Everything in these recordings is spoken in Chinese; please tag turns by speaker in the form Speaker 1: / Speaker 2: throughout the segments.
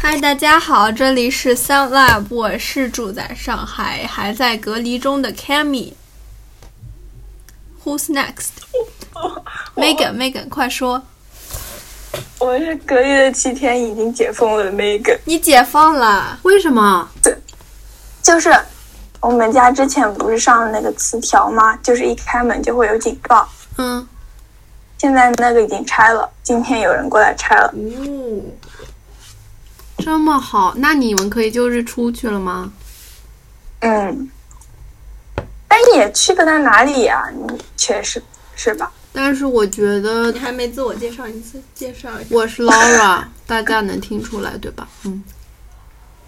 Speaker 1: 嗨，大家好，这里是 Sound Lab，我是住在上海还在隔离中的 Cammy。Who's next? Megan, Megan，快说，
Speaker 2: 我是隔离的七天已经解封了，Megan。
Speaker 1: 你解放了？
Speaker 3: 为什么？
Speaker 2: 就是我们家之前不是上了那个词条吗？就是一开门就会有警报，
Speaker 1: 嗯，
Speaker 2: 现在那个已经拆了，今天有人过来拆了。
Speaker 3: 哦，这么好，那你们可以就是出去了吗？
Speaker 2: 嗯，但也去不到哪里呀、你确实是吧？
Speaker 3: 但是我觉得
Speaker 1: 还没自我介绍一次，介绍一下。
Speaker 3: 我是 Laura，大家能听出来对吧？嗯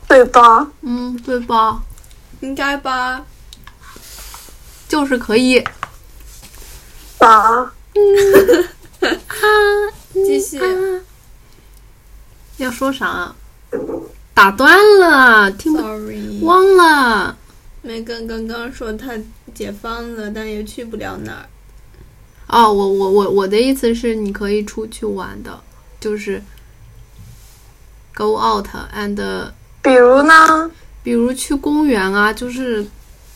Speaker 2: 对吧？
Speaker 3: 嗯，对吧？
Speaker 1: 应该吧？
Speaker 3: 就是可以。
Speaker 2: 吧，
Speaker 1: 啊继续。
Speaker 3: 要说啥？打断了，听不
Speaker 1: Sorry，
Speaker 3: 忘了。
Speaker 1: 梅根刚刚说他解放了，但也去不了哪儿。
Speaker 3: 哦，我我我我的意思是，你可以出去玩的，就是 go out and，
Speaker 2: 比如呢？
Speaker 3: 比如去公园啊，就是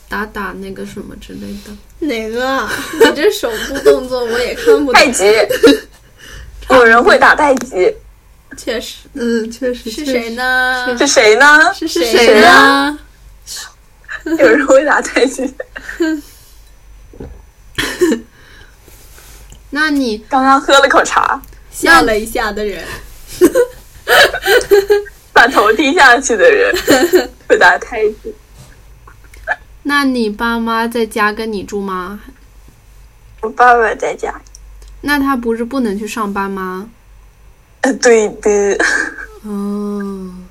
Speaker 3: 打打那个什么之类的。
Speaker 1: 哪个啊？ 你这手部动作我也看不
Speaker 2: 太
Speaker 1: 懂，
Speaker 2: 极， 有人会打太极，
Speaker 1: 确实
Speaker 3: 嗯，确实
Speaker 1: 是谁？呢？
Speaker 2: 是谁呢？
Speaker 1: 是
Speaker 3: 是
Speaker 1: 谁
Speaker 3: 谁呢？
Speaker 2: 有人会打太极。
Speaker 3: 那你
Speaker 2: 刚刚喝了口茶，
Speaker 1: 笑了一下的人？
Speaker 2: 把头低下去的人会打太极。
Speaker 3: 那你爸妈在家跟你住吗？
Speaker 2: 我爸爸在家。
Speaker 3: 那他不是不能去上班吗？
Speaker 2: 呃，对的。
Speaker 3: 嗯，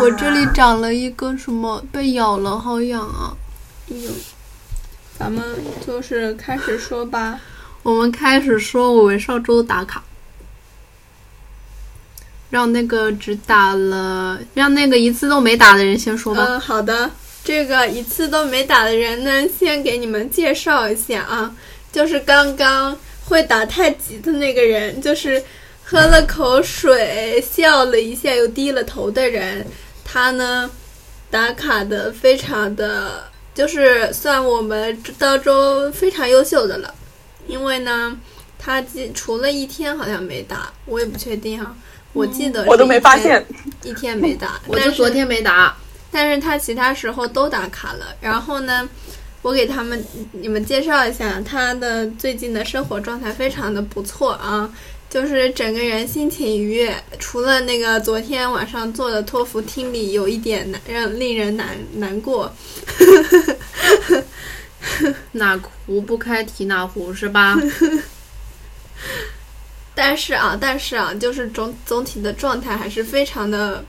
Speaker 3: 我这里长了一个什么，被咬了，好痒啊！
Speaker 1: 哎呦，咱们就是开始说吧。
Speaker 3: 我们开始说我们上周打卡，让那个只打了，让那个一次都没打的人先说吧。
Speaker 1: 嗯，好的。这个一次都没打的人呢，先给你们介绍一下啊，就是刚刚会打太极的那个人，就是喝了口水、笑了一下又低了头的人，他呢打卡的非常的，就是算我们到周非常优秀的了，因为呢，他记除了一天好像没打，我也不确定哈、我记得
Speaker 2: 嗯我都
Speaker 1: 是
Speaker 2: 没
Speaker 1: 一
Speaker 2: 发
Speaker 1: 天
Speaker 2: 现，
Speaker 1: 一天没 打，
Speaker 3: 我
Speaker 1: 但
Speaker 3: 就是昨天没打，
Speaker 1: 但是他其他时候都打卡了。然后呢，我给他们你们介绍一下他的最近的生活状态，非常的不错啊，就是整个人心情愉悦。除了那个昨天晚上做的托福听力有一点难，让令人难难过。
Speaker 3: 哪壶不开提哪壶 是吧？
Speaker 1: 哦但是啊，但是啊，就是总总体的状态还是非常的，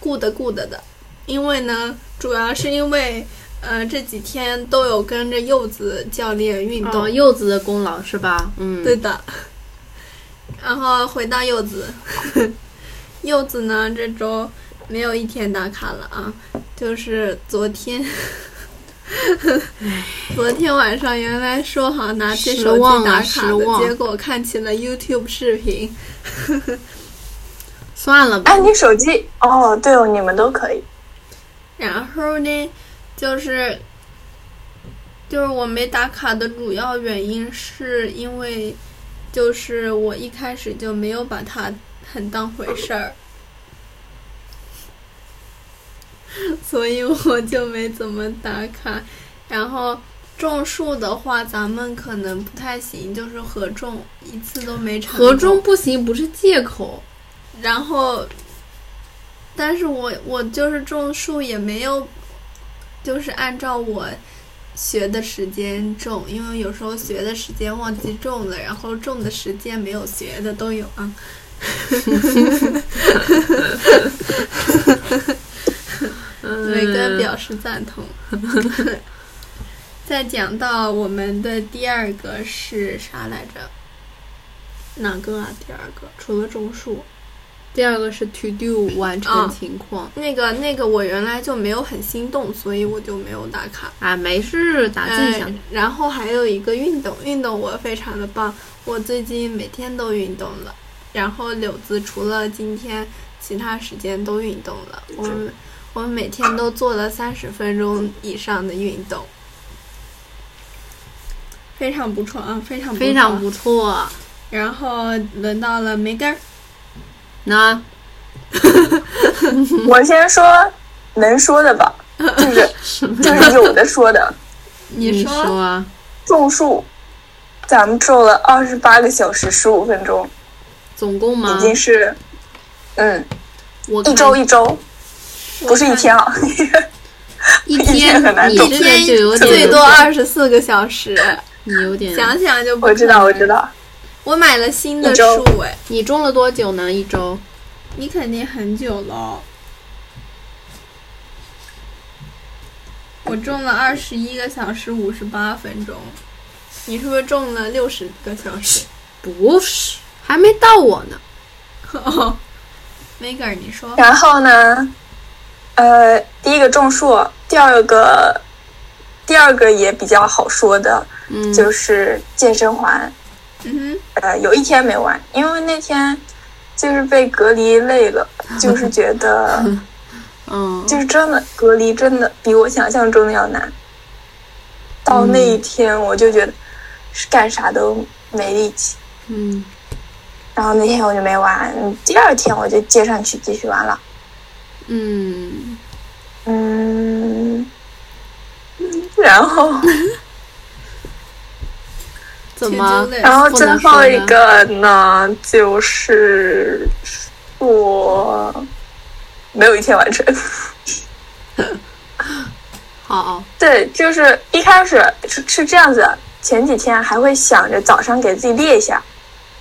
Speaker 1: good good 的，因为呢，主要是因为，呃，这几天都有跟着柚子教练运动，
Speaker 3: 哦，柚子的功劳是吧？嗯，
Speaker 1: 对的。然后回到柚子， 柚子呢这周没有一天打卡了啊，就是昨天，昨天晚上原来说好拿起手
Speaker 3: 失望
Speaker 1: 机
Speaker 3: 啊
Speaker 1: 打卡
Speaker 3: 失
Speaker 1: 的，
Speaker 3: 望
Speaker 1: 结果看起了 YouTube 视频，
Speaker 3: 算了吧
Speaker 2: 哎，。你手机哦，对哦，你们都可以。
Speaker 1: 然后呢，就是就是我没打卡的主要原因是因为，就是我一开始就没有把它很当回事儿， 所以我就没怎么打卡。然后种树的话，咱们可能不太行，就是合种一次都没成功。
Speaker 3: 合中不行不是借口，
Speaker 1: 然后，但是我我就是种树也没有，就是按照我学的时间种，因为有时候学的时间忘记种了，然后种的时间没有学的都有啊。
Speaker 3: 每
Speaker 1: 伟
Speaker 3: 嗯
Speaker 1: 哥表示赞同。 再讲到我们的第二个是啥来着？哪个啊？第二个除了种树，
Speaker 3: 第二个是 to do 完成
Speaker 1: 哦
Speaker 3: 情况、
Speaker 1: 那个那个我原来就没有很心动，所以我就没有打卡。
Speaker 3: 啊，没事，打字一下。
Speaker 1: 呃然后还有一个运动，运动我非常的棒，我最近每天都运动了。然后柳子除了今天其他时间都运动了。我们我们每天都做了三十分钟以上的运动，非常不错啊，非常不
Speaker 3: 非
Speaker 1: 错
Speaker 3: 常不错。
Speaker 1: 然后轮到了梅根儿，
Speaker 3: 那
Speaker 2: 我先说能说的吧，就是就是有的说的。
Speaker 1: 你
Speaker 3: 说啊，
Speaker 2: 种树，咱们种了二十八个小时十五分钟，
Speaker 3: 总共吗
Speaker 2: 已？经是嗯
Speaker 3: 我
Speaker 2: 一
Speaker 3: 看
Speaker 2: 周一周，不是一天啊。
Speaker 3: 一
Speaker 2: 一天很难
Speaker 3: 你
Speaker 2: 懂
Speaker 3: 这个就有点
Speaker 1: 最多二十四个小时，
Speaker 3: 你有点，
Speaker 1: 想想就不
Speaker 2: 我知道，
Speaker 1: 可
Speaker 2: 我
Speaker 1: 能
Speaker 2: 知道，
Speaker 1: 我买了新的
Speaker 2: 一周
Speaker 1: 树哎，
Speaker 3: 你种了多久呢？一周？
Speaker 1: 你肯定很久了。我种了二十一个小时五十八分钟，你是不是种了六十个小时？
Speaker 3: 不是，还没到我呢。
Speaker 1: 哦，梅格尔，你说
Speaker 2: 然后呢，呃，第一个种树，第二个，第二个也比较好说的，
Speaker 3: 嗯，
Speaker 2: 就是健身环。
Speaker 1: 嗯
Speaker 2: 呃，有一天没玩，因为那天就是被隔离累了，就是觉得
Speaker 3: 嗯，
Speaker 2: 就是真的隔离真的比我想象中的要难。到那一天，我就觉得是干啥都没力气，
Speaker 3: 嗯，
Speaker 2: 然后那天我就没玩。第二天我就接上去继续玩了。
Speaker 3: 嗯，
Speaker 2: 嗯，然后，
Speaker 3: 哎怎
Speaker 1: 哼，
Speaker 3: 么？
Speaker 1: 累
Speaker 2: 然后
Speaker 3: 不
Speaker 2: 最
Speaker 3: 能
Speaker 2: 后
Speaker 3: 说
Speaker 2: 一
Speaker 3: 呢
Speaker 2: 个呢，就是我没有一天完成。
Speaker 3: 好，
Speaker 2: 对，就是一开始是是这样子，前几天还会想着早上给自己列一下，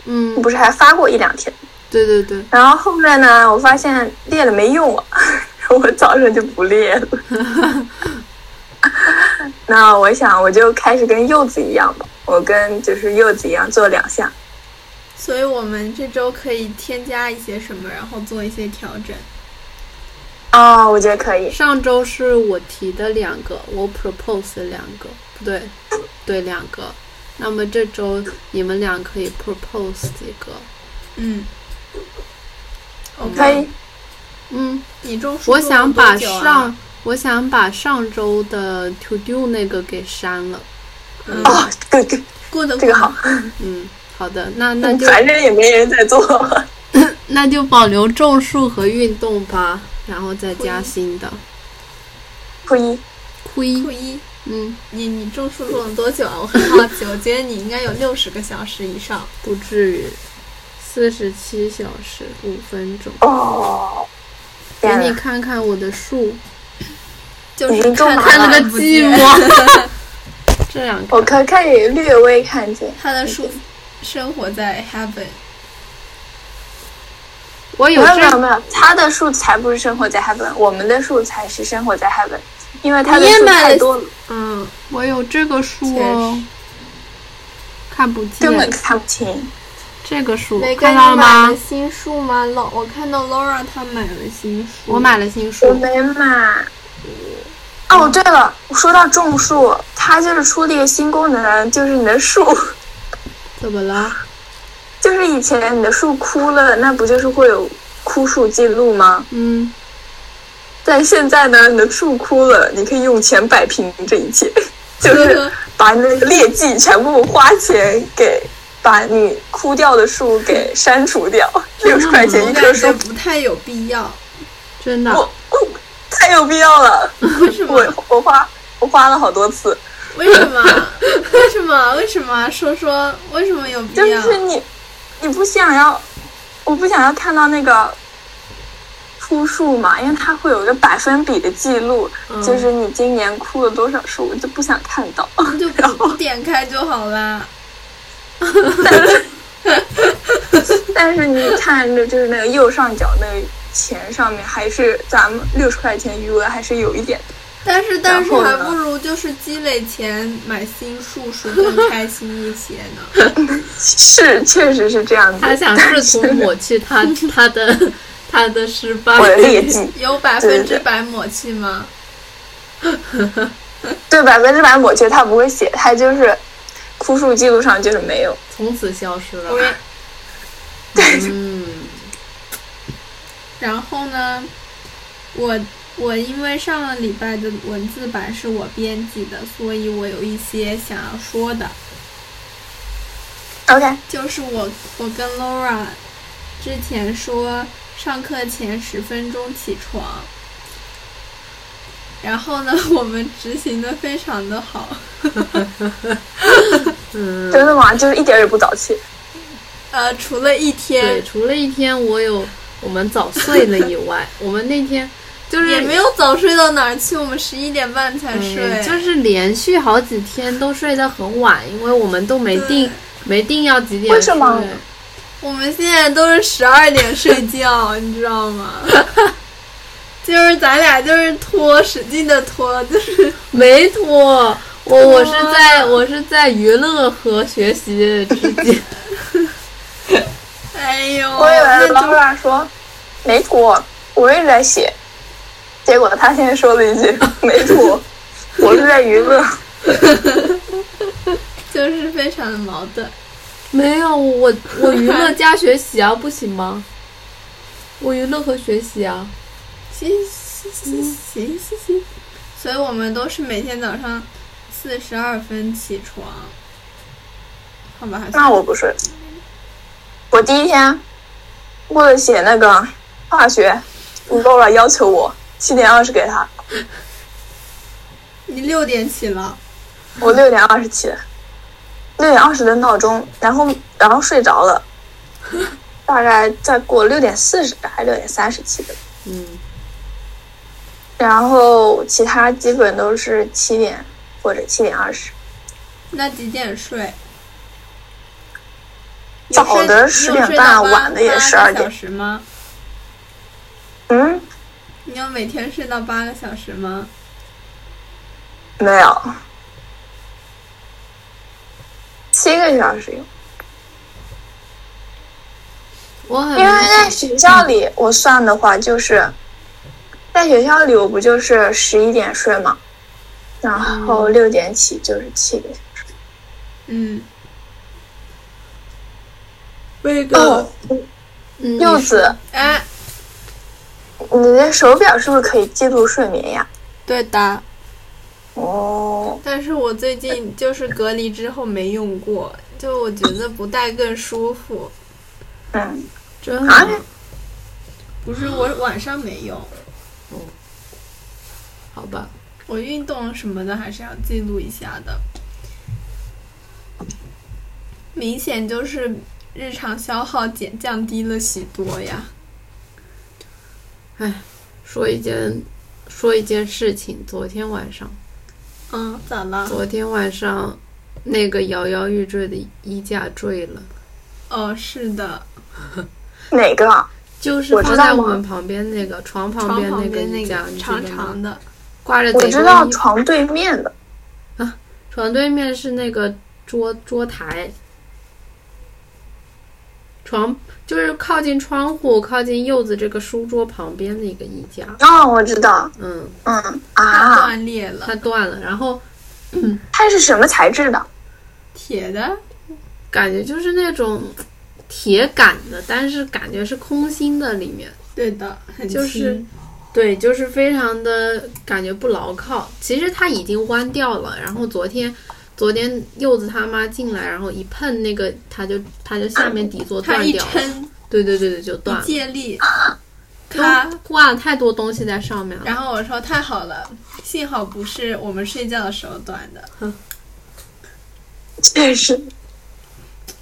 Speaker 3: 嗯，
Speaker 2: 不是还发过一两天。
Speaker 3: 对对对，
Speaker 2: 然后后面呢，我发现列了没用啊， 我早上就不列了。 那我想，我就开始跟柚子一样吧，我跟就是柚子一样做两项。
Speaker 1: 所以我们这周可以添加一些什么，然后做一些调整。
Speaker 2: 哦，我觉得可以。
Speaker 3: 上周是我提的两个，我 propose 的两个，不对，对两个。那么这周你们俩可以 propose 几个？
Speaker 1: 嗯，OK，
Speaker 2: 可以，
Speaker 3: 嗯，
Speaker 1: 你种树
Speaker 3: 我
Speaker 1: 种
Speaker 3: 想
Speaker 1: 了多
Speaker 3: 把
Speaker 1: 久啊
Speaker 3: 上、我想把上周的 to do 那个给删了。
Speaker 1: 嗯
Speaker 2: 哦，对对，
Speaker 1: good
Speaker 2: 这个好，
Speaker 3: 嗯，好的，那那就
Speaker 2: 反正也没人在做。
Speaker 3: 那就保留种树和运动吧，然后再加新的。
Speaker 2: 初一，
Speaker 3: 亏
Speaker 1: 初，一。
Speaker 3: 嗯，
Speaker 1: 你你种树种了多久啊？我很好奇，我觉得你应该有六十个小时以上。
Speaker 3: 不至于，四十七小时五分钟。
Speaker 2: 哦，
Speaker 3: 给
Speaker 2: 天
Speaker 3: 你
Speaker 2: 哪，
Speaker 3: 看看我的树，
Speaker 1: 就
Speaker 2: 已
Speaker 1: 是
Speaker 2: 经种
Speaker 1: 看他
Speaker 2: 满了
Speaker 1: 的
Speaker 3: 个寂
Speaker 1: 寞，
Speaker 3: 寞。 这两
Speaker 2: 我
Speaker 3: 个
Speaker 2: 可可以略微看见。
Speaker 1: 他的树生活在 heaven。
Speaker 3: 哎我有
Speaker 2: 没有没有
Speaker 3: 这，
Speaker 2: 没有，他的树才不是生活在 heaven，我们的树才是生活在 heaven，因为他的
Speaker 1: 你也
Speaker 2: 树
Speaker 1: 买了
Speaker 2: 太多了，
Speaker 1: 嗯，
Speaker 3: 我有这个树哦，看不
Speaker 2: 根本
Speaker 3: 见
Speaker 2: 看不清。
Speaker 3: 这个树
Speaker 1: 梅，根
Speaker 3: 看
Speaker 1: 你
Speaker 3: 到了
Speaker 1: 买了
Speaker 3: 吗？
Speaker 1: 新树吗？老我看到 Laura 她买了新树，
Speaker 3: 我买了新
Speaker 2: 我
Speaker 3: 树，
Speaker 2: 没买。哦，对了，说到种树，它就是出了一个新功能，就是你的树，
Speaker 3: 怎么了？
Speaker 2: 就是以前你的树枯了，那不就是会有枯树记录吗？
Speaker 3: 嗯，
Speaker 2: 但现在呢，你的树枯了，你可以用钱摆平这一切，就是把你那个劣迹全部花钱给把你枯掉的树给删除掉，六十块钱一
Speaker 1: 我
Speaker 2: 棵
Speaker 1: 感
Speaker 2: 树
Speaker 1: 觉，不太有必要。
Speaker 3: 真的
Speaker 2: 我、哦 太有必要了，
Speaker 1: 为什么？
Speaker 2: 我我花我花了好多次。
Speaker 1: 为什么？为什么？为什么？说说为什么有必
Speaker 2: 就
Speaker 1: 要？
Speaker 2: 是你，你不想要，我不想要看到那个枯树嘛，因为它会有一个百分比的记录，
Speaker 3: 嗯
Speaker 2: 就是你今年枯了多少树，我就不想看到。
Speaker 1: 就不不点开就好啦。
Speaker 2: 但是你看着就是那个右上角那个钱上面，还是咱们六十块钱余额还是有一点的。
Speaker 1: 但是但是
Speaker 2: 然后
Speaker 1: 还
Speaker 2: 呢
Speaker 1: 不如就是积累钱买新树树更开心一些呢。
Speaker 2: 是，确实是这样子。
Speaker 3: 他想试图抹去他他的他的失败
Speaker 2: 我。的劣迹，
Speaker 1: 有百
Speaker 2: 对
Speaker 1: 分
Speaker 2: 对
Speaker 1: 之
Speaker 2: 对
Speaker 1: 百抹去吗？
Speaker 2: 对百分之百抹去，他不会写，他就是枯树记录上就是没有。
Speaker 3: 从此消失了
Speaker 1: 我。也
Speaker 3: 嗯，
Speaker 1: 然后呢，我我因为上个礼拜的文字版是我编辑的，所以我有一些想要说的，
Speaker 2: OK，
Speaker 1: 就是我我跟 Laura 之前说上课前十分钟起床，然后呢，我们执行的非常的好，
Speaker 3: 嗯，
Speaker 2: 真的吗？就是一点儿也不早起。
Speaker 1: 呃，除了一
Speaker 3: 对，
Speaker 1: 天
Speaker 3: 除了一天我有我们早睡了以外，我们那天就是
Speaker 1: 也没有早睡到哪儿去，我们十一点半才
Speaker 3: 嗯
Speaker 1: 睡，
Speaker 3: 就是连续好几天都睡得很晚，因为我们都没定
Speaker 1: 对
Speaker 3: 没定要几点睡。
Speaker 2: 为什么
Speaker 1: 我们现在都是十二点睡觉，你知道 吗？就是咱俩就是拖，使劲的拖，就是
Speaker 3: 没拖？我我是
Speaker 1: 拖
Speaker 3: 在我是在娱乐和学习之间。
Speaker 1: 哎呦，
Speaker 2: 我以
Speaker 1: 那
Speaker 2: 为
Speaker 1: 就
Speaker 2: Laura 说没拖，我一直在写，结果他现在说了一句没拖，我是在娱乐。
Speaker 1: 就是非常的矛盾。
Speaker 3: 没有，我我娱乐加学习啊，不行 吗？我娱乐和学习啊，
Speaker 1: 行行行行行行，所以我们都是每天早上四十二分起床，好吧？还是
Speaker 2: 那我不是，我第一天为了写那个化学，Laura 要求我七点二十给他，
Speaker 1: 你六点起了，
Speaker 2: 我六点二十起，六点二十的闹钟，然后然后睡着了，大概再过六点四十还是六点三十起的。
Speaker 3: 嗯，
Speaker 2: 然后其他基本都是七点或者七点二十，
Speaker 1: 那几点睡？有
Speaker 2: 早
Speaker 1: 睡
Speaker 2: 的
Speaker 1: 有
Speaker 2: 10
Speaker 1: 睡到
Speaker 2: 点半
Speaker 1: 八
Speaker 2: 晚的也
Speaker 1: 八个
Speaker 2: 12点
Speaker 1: 小时吗？
Speaker 2: 嗯，
Speaker 1: 你要每天睡到八个小时吗？
Speaker 2: 没有，七个小时有，
Speaker 3: 我很
Speaker 1: 嗯
Speaker 2: 因为在学校里我算的话就是，在学校里我不就是十一点睡嘛，然后六点起就是七个小时。
Speaker 1: 嗯，那
Speaker 2: 哦，
Speaker 3: 嗯
Speaker 2: 柚子，
Speaker 1: 哎，
Speaker 2: 你的手表是不是可以记录睡眠呀？
Speaker 1: 对的，
Speaker 2: 哦，
Speaker 1: 但是我最近就是隔离之后没用过，就我觉得不戴更舒服。
Speaker 2: 嗯，
Speaker 3: 真
Speaker 2: 啊
Speaker 3: 好，，
Speaker 1: 不是我晚上没用，
Speaker 3: 好吧，
Speaker 1: 我运动什么的还是要记录一下的。明显就是日常消耗减降低了许多呀。
Speaker 3: 说一件说一件事情，昨天晚上。
Speaker 1: 嗯，咋了？
Speaker 3: 昨天晚上那个摇摇欲坠的衣架坠了，
Speaker 1: 哦，是的，
Speaker 2: 哪个啊？
Speaker 3: 就是
Speaker 2: 我知
Speaker 3: 放
Speaker 2: 道
Speaker 3: 在我
Speaker 2: 吗
Speaker 3: 们旁边那个床旁
Speaker 1: 床
Speaker 3: 边
Speaker 1: 旁
Speaker 3: 个
Speaker 1: 边那
Speaker 3: 衣架，
Speaker 1: 个
Speaker 3: 你记
Speaker 1: 长
Speaker 3: 得吗
Speaker 1: 长的，
Speaker 3: 挂着
Speaker 2: 我
Speaker 3: 贼
Speaker 2: 知
Speaker 3: 多
Speaker 2: 道
Speaker 3: 衣服
Speaker 2: 床对面的，
Speaker 3: 床对面是那个桌桌台，床就是靠近窗户、靠近柚子这个书桌旁边的一个衣架，
Speaker 2: 哦，我知道，
Speaker 3: 嗯，
Speaker 2: 嗯
Speaker 1: 它
Speaker 2: 啊，
Speaker 1: 断裂了，
Speaker 3: 它断了，然后
Speaker 2: 它是什么材质的？
Speaker 1: 铁的。
Speaker 3: 感觉就是那种铁杆的，但是感觉是空心的里面。
Speaker 1: 对的，很
Speaker 3: 就是
Speaker 1: 轻
Speaker 3: 对，就是非常的感觉不牢靠。其实它已经弯掉了，然后昨天。昨天柚子他妈进来，然后一碰那个，它就它就下面底座
Speaker 1: 它
Speaker 3: 断
Speaker 1: 一
Speaker 3: 掉了，
Speaker 1: 撑
Speaker 3: 对对对对，就断
Speaker 1: 一
Speaker 3: 了。
Speaker 1: 借力，
Speaker 3: 它
Speaker 1: 咔。
Speaker 3: 挂了太多东西在上面了。
Speaker 1: 然后我说太好了，幸好不是我们睡觉的时候断的。
Speaker 2: 确实，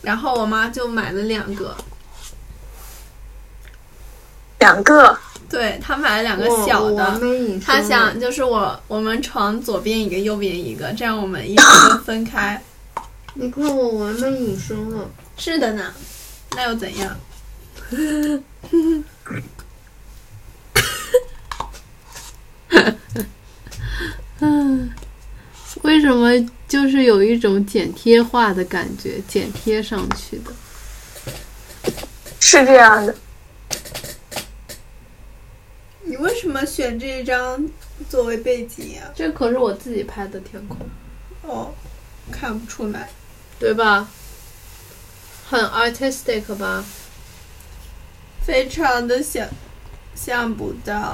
Speaker 1: 然后我妈就买了两个，
Speaker 2: 两个，
Speaker 1: 对她买了两个小的，她想就是我我们床左边一个，右边一个，这样我们衣服都分开。
Speaker 3: 你看我完美隐身了。
Speaker 1: 是的呢，那又怎样？
Speaker 3: 为什么就是有一种剪贴画的感觉，剪贴上去的？
Speaker 2: 是这样的。
Speaker 1: 你为什么选这张作为背景呀、
Speaker 3: 这可是我自己拍的天空，
Speaker 1: 哦，看不出来。
Speaker 3: 对吧？很 artistic 吧？
Speaker 1: 非常的想像不到。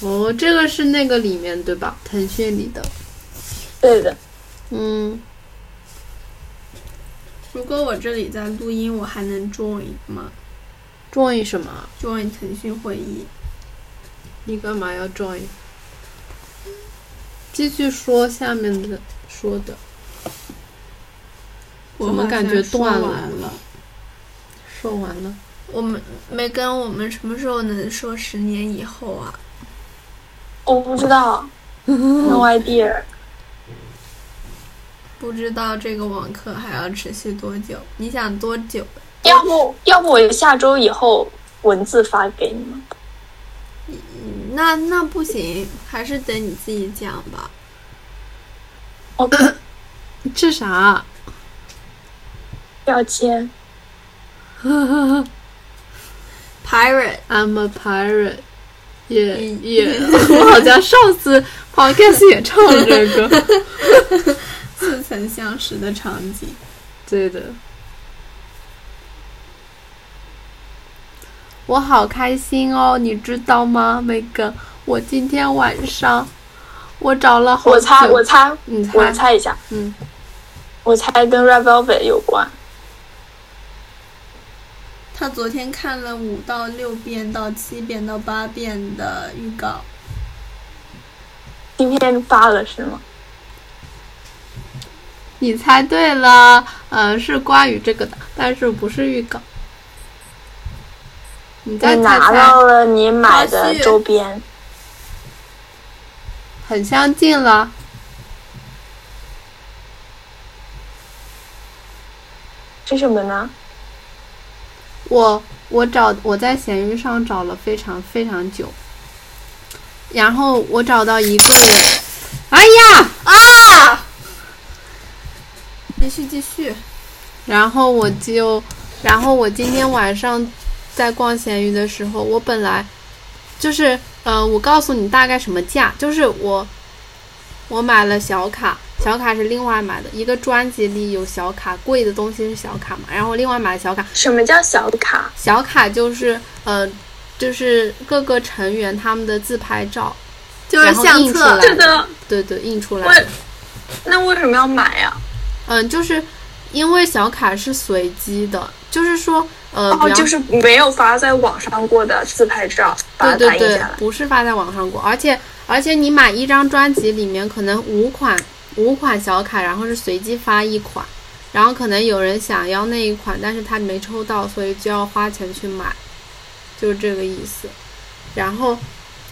Speaker 3: 哦，这个是那个里面对吧？腾讯里的，
Speaker 2: 对的，
Speaker 3: 嗯，
Speaker 1: 如果我这里在录音，我还能 join 吗
Speaker 3: join 什么？啊
Speaker 1: ？join 腾讯会议。
Speaker 3: 你干嘛要 join？继续说下面的说的，
Speaker 1: 我
Speaker 3: 怎么
Speaker 1: 好
Speaker 3: 感
Speaker 1: 像
Speaker 3: 觉
Speaker 1: 说
Speaker 3: 断了
Speaker 1: 完了？
Speaker 3: 说完了。
Speaker 1: 我们没跟我们什么时候能说十年以后啊？
Speaker 2: 我不知道，no idea。
Speaker 1: 不知道这个网课还要持续多久？你想多久？
Speaker 2: 要不要不我下周以后文字发给你们？
Speaker 1: 嗯那那不行，还是得你自己讲吧。
Speaker 2: 我
Speaker 3: 这啥？
Speaker 2: 标签
Speaker 1: Pirate，
Speaker 3: I'm a pirate，也、
Speaker 1: 嗯
Speaker 3: 也 我好像上次 podcast 也唱这个。
Speaker 1: 似曾相识的场景。
Speaker 3: 对的。我好开心哦，你知道吗，梅根？我今天晚上我找了好久，
Speaker 2: 我猜我猜
Speaker 3: 你猜，
Speaker 2: 我猜一下，
Speaker 3: 嗯，
Speaker 2: 我猜跟 Red Velvet 有关。
Speaker 1: 他昨天看了五到六遍到七遍到八遍的预告，
Speaker 2: 今天发了是吗？
Speaker 3: 你猜对了，呃，是关于这个的，但是不是预告。你再
Speaker 2: 你
Speaker 3: 猜
Speaker 2: 拿
Speaker 3: 猜，
Speaker 2: 到了你买的周边，
Speaker 3: 很相近了。
Speaker 2: 是什么呢？
Speaker 3: 我我找我在闲鱼上找了非常非常久，然后我找到一个人，哎呀啊！
Speaker 1: 继续继续。
Speaker 3: 然后我就，然后我今天晚上在逛闲鱼的时候，我本来就是，呃，我告诉你大概什么价，就是我我买了小卡，小卡是另外买的，一个专辑里有小卡，贵的东西是小卡嘛，然后另外买了小卡，
Speaker 2: 什么叫小卡？
Speaker 3: 小卡就是呃，就是各个成员他们的自拍照，
Speaker 1: 就是相
Speaker 3: 然后印出来
Speaker 1: 册，
Speaker 2: 是的，
Speaker 3: 对对，印出来
Speaker 2: 我
Speaker 3: 的。
Speaker 2: 那为什么要买呀、
Speaker 3: 嗯，就是因为小卡是随机的，就是说呃，比
Speaker 2: 哦，
Speaker 3: 方
Speaker 2: 就是没有发在网上过的自拍照，把
Speaker 3: 对
Speaker 2: 它打印
Speaker 3: 对对
Speaker 2: 下，来。
Speaker 3: 不是发在网上过，而且而且你买一张专辑里面可能五款五款小卡，然后是随机发一款，然后可能有人想要那一款，但是他没抽到，所以就要花钱去买，就是这个意思。然后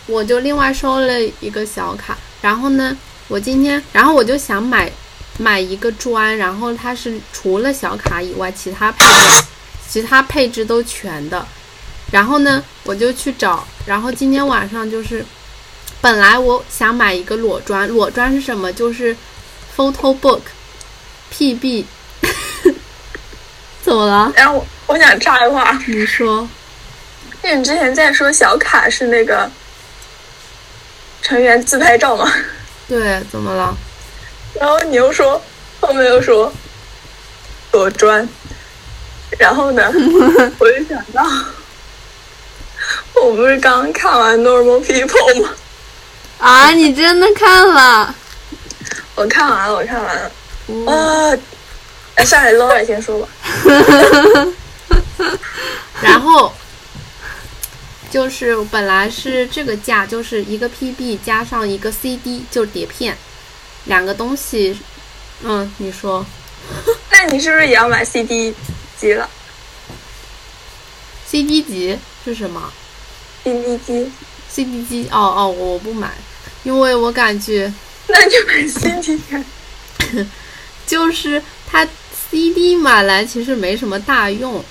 Speaker 3: 我就另外收了一个小卡，然后呢，我今天然后我就想买买一个砖，然后它是除了小卡以外，其他配置其他配置都全的。然后呢，我就去找，然后今天晚上就是，本来我想买一个裸砖，裸砖是什么？就是 photo book PB，怎么了？
Speaker 2: 然后哎我我想插一话，
Speaker 3: 你说
Speaker 2: 因为你之前在说小卡是那个成员自拍照嘛，
Speaker 3: 对，怎么了？
Speaker 2: 然后你又说后面又说裸砖，然后 呢，我就想到，我不是刚看完《Normal People》吗？
Speaker 1: 啊！你真的看了？
Speaker 2: 我看完了，我看完了，
Speaker 3: 嗯，
Speaker 2: 啊，哎，上来 Laura 先说吧，
Speaker 3: 然后就是本来是这个价，就是一个 PB 加上一个 CD，就是碟片，两个东西。嗯，你说
Speaker 2: 那你是不是也要买 CD 机了
Speaker 3: CD 集是什么？
Speaker 2: ？CD 机，
Speaker 3: CD 机哦哦，我不买，因为我感觉
Speaker 2: 那你就买 CD 机。
Speaker 3: 就是它 CD 买来其实没什么大用，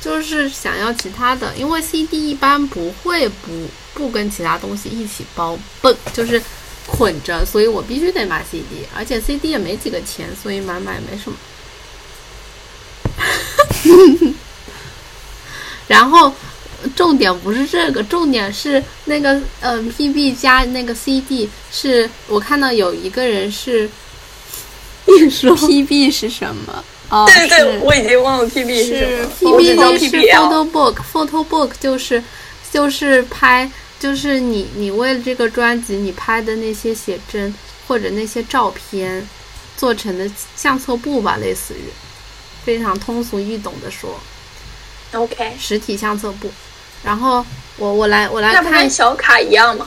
Speaker 3: 就是想要其他的，因为 CD 一般不会不不跟其他东西一起包蹦，就是捆着，所以我必须得买 CD，而且 CD 也没几个钱，所以买买也没什么。 然后重点不是这个，重点是那个呃 PB 加那个 CD，是我看到有一个人是，你说
Speaker 1: PB 是什么？哦，
Speaker 2: 对对
Speaker 1: 是
Speaker 2: 对，我已经忘了 PB 是什么了，我只知道
Speaker 3: PB 是
Speaker 2: PBL。
Speaker 3: photo book，photo book 就是就是拍，就是你你为了这个专辑你拍的那些写真或者那些照片做成的相册簿吧，类似于，非常通俗易懂的说，
Speaker 2: OK，
Speaker 3: 实体相册簿。然后我我来我来
Speaker 2: 那不
Speaker 3: 看
Speaker 2: 跟小卡一样吗？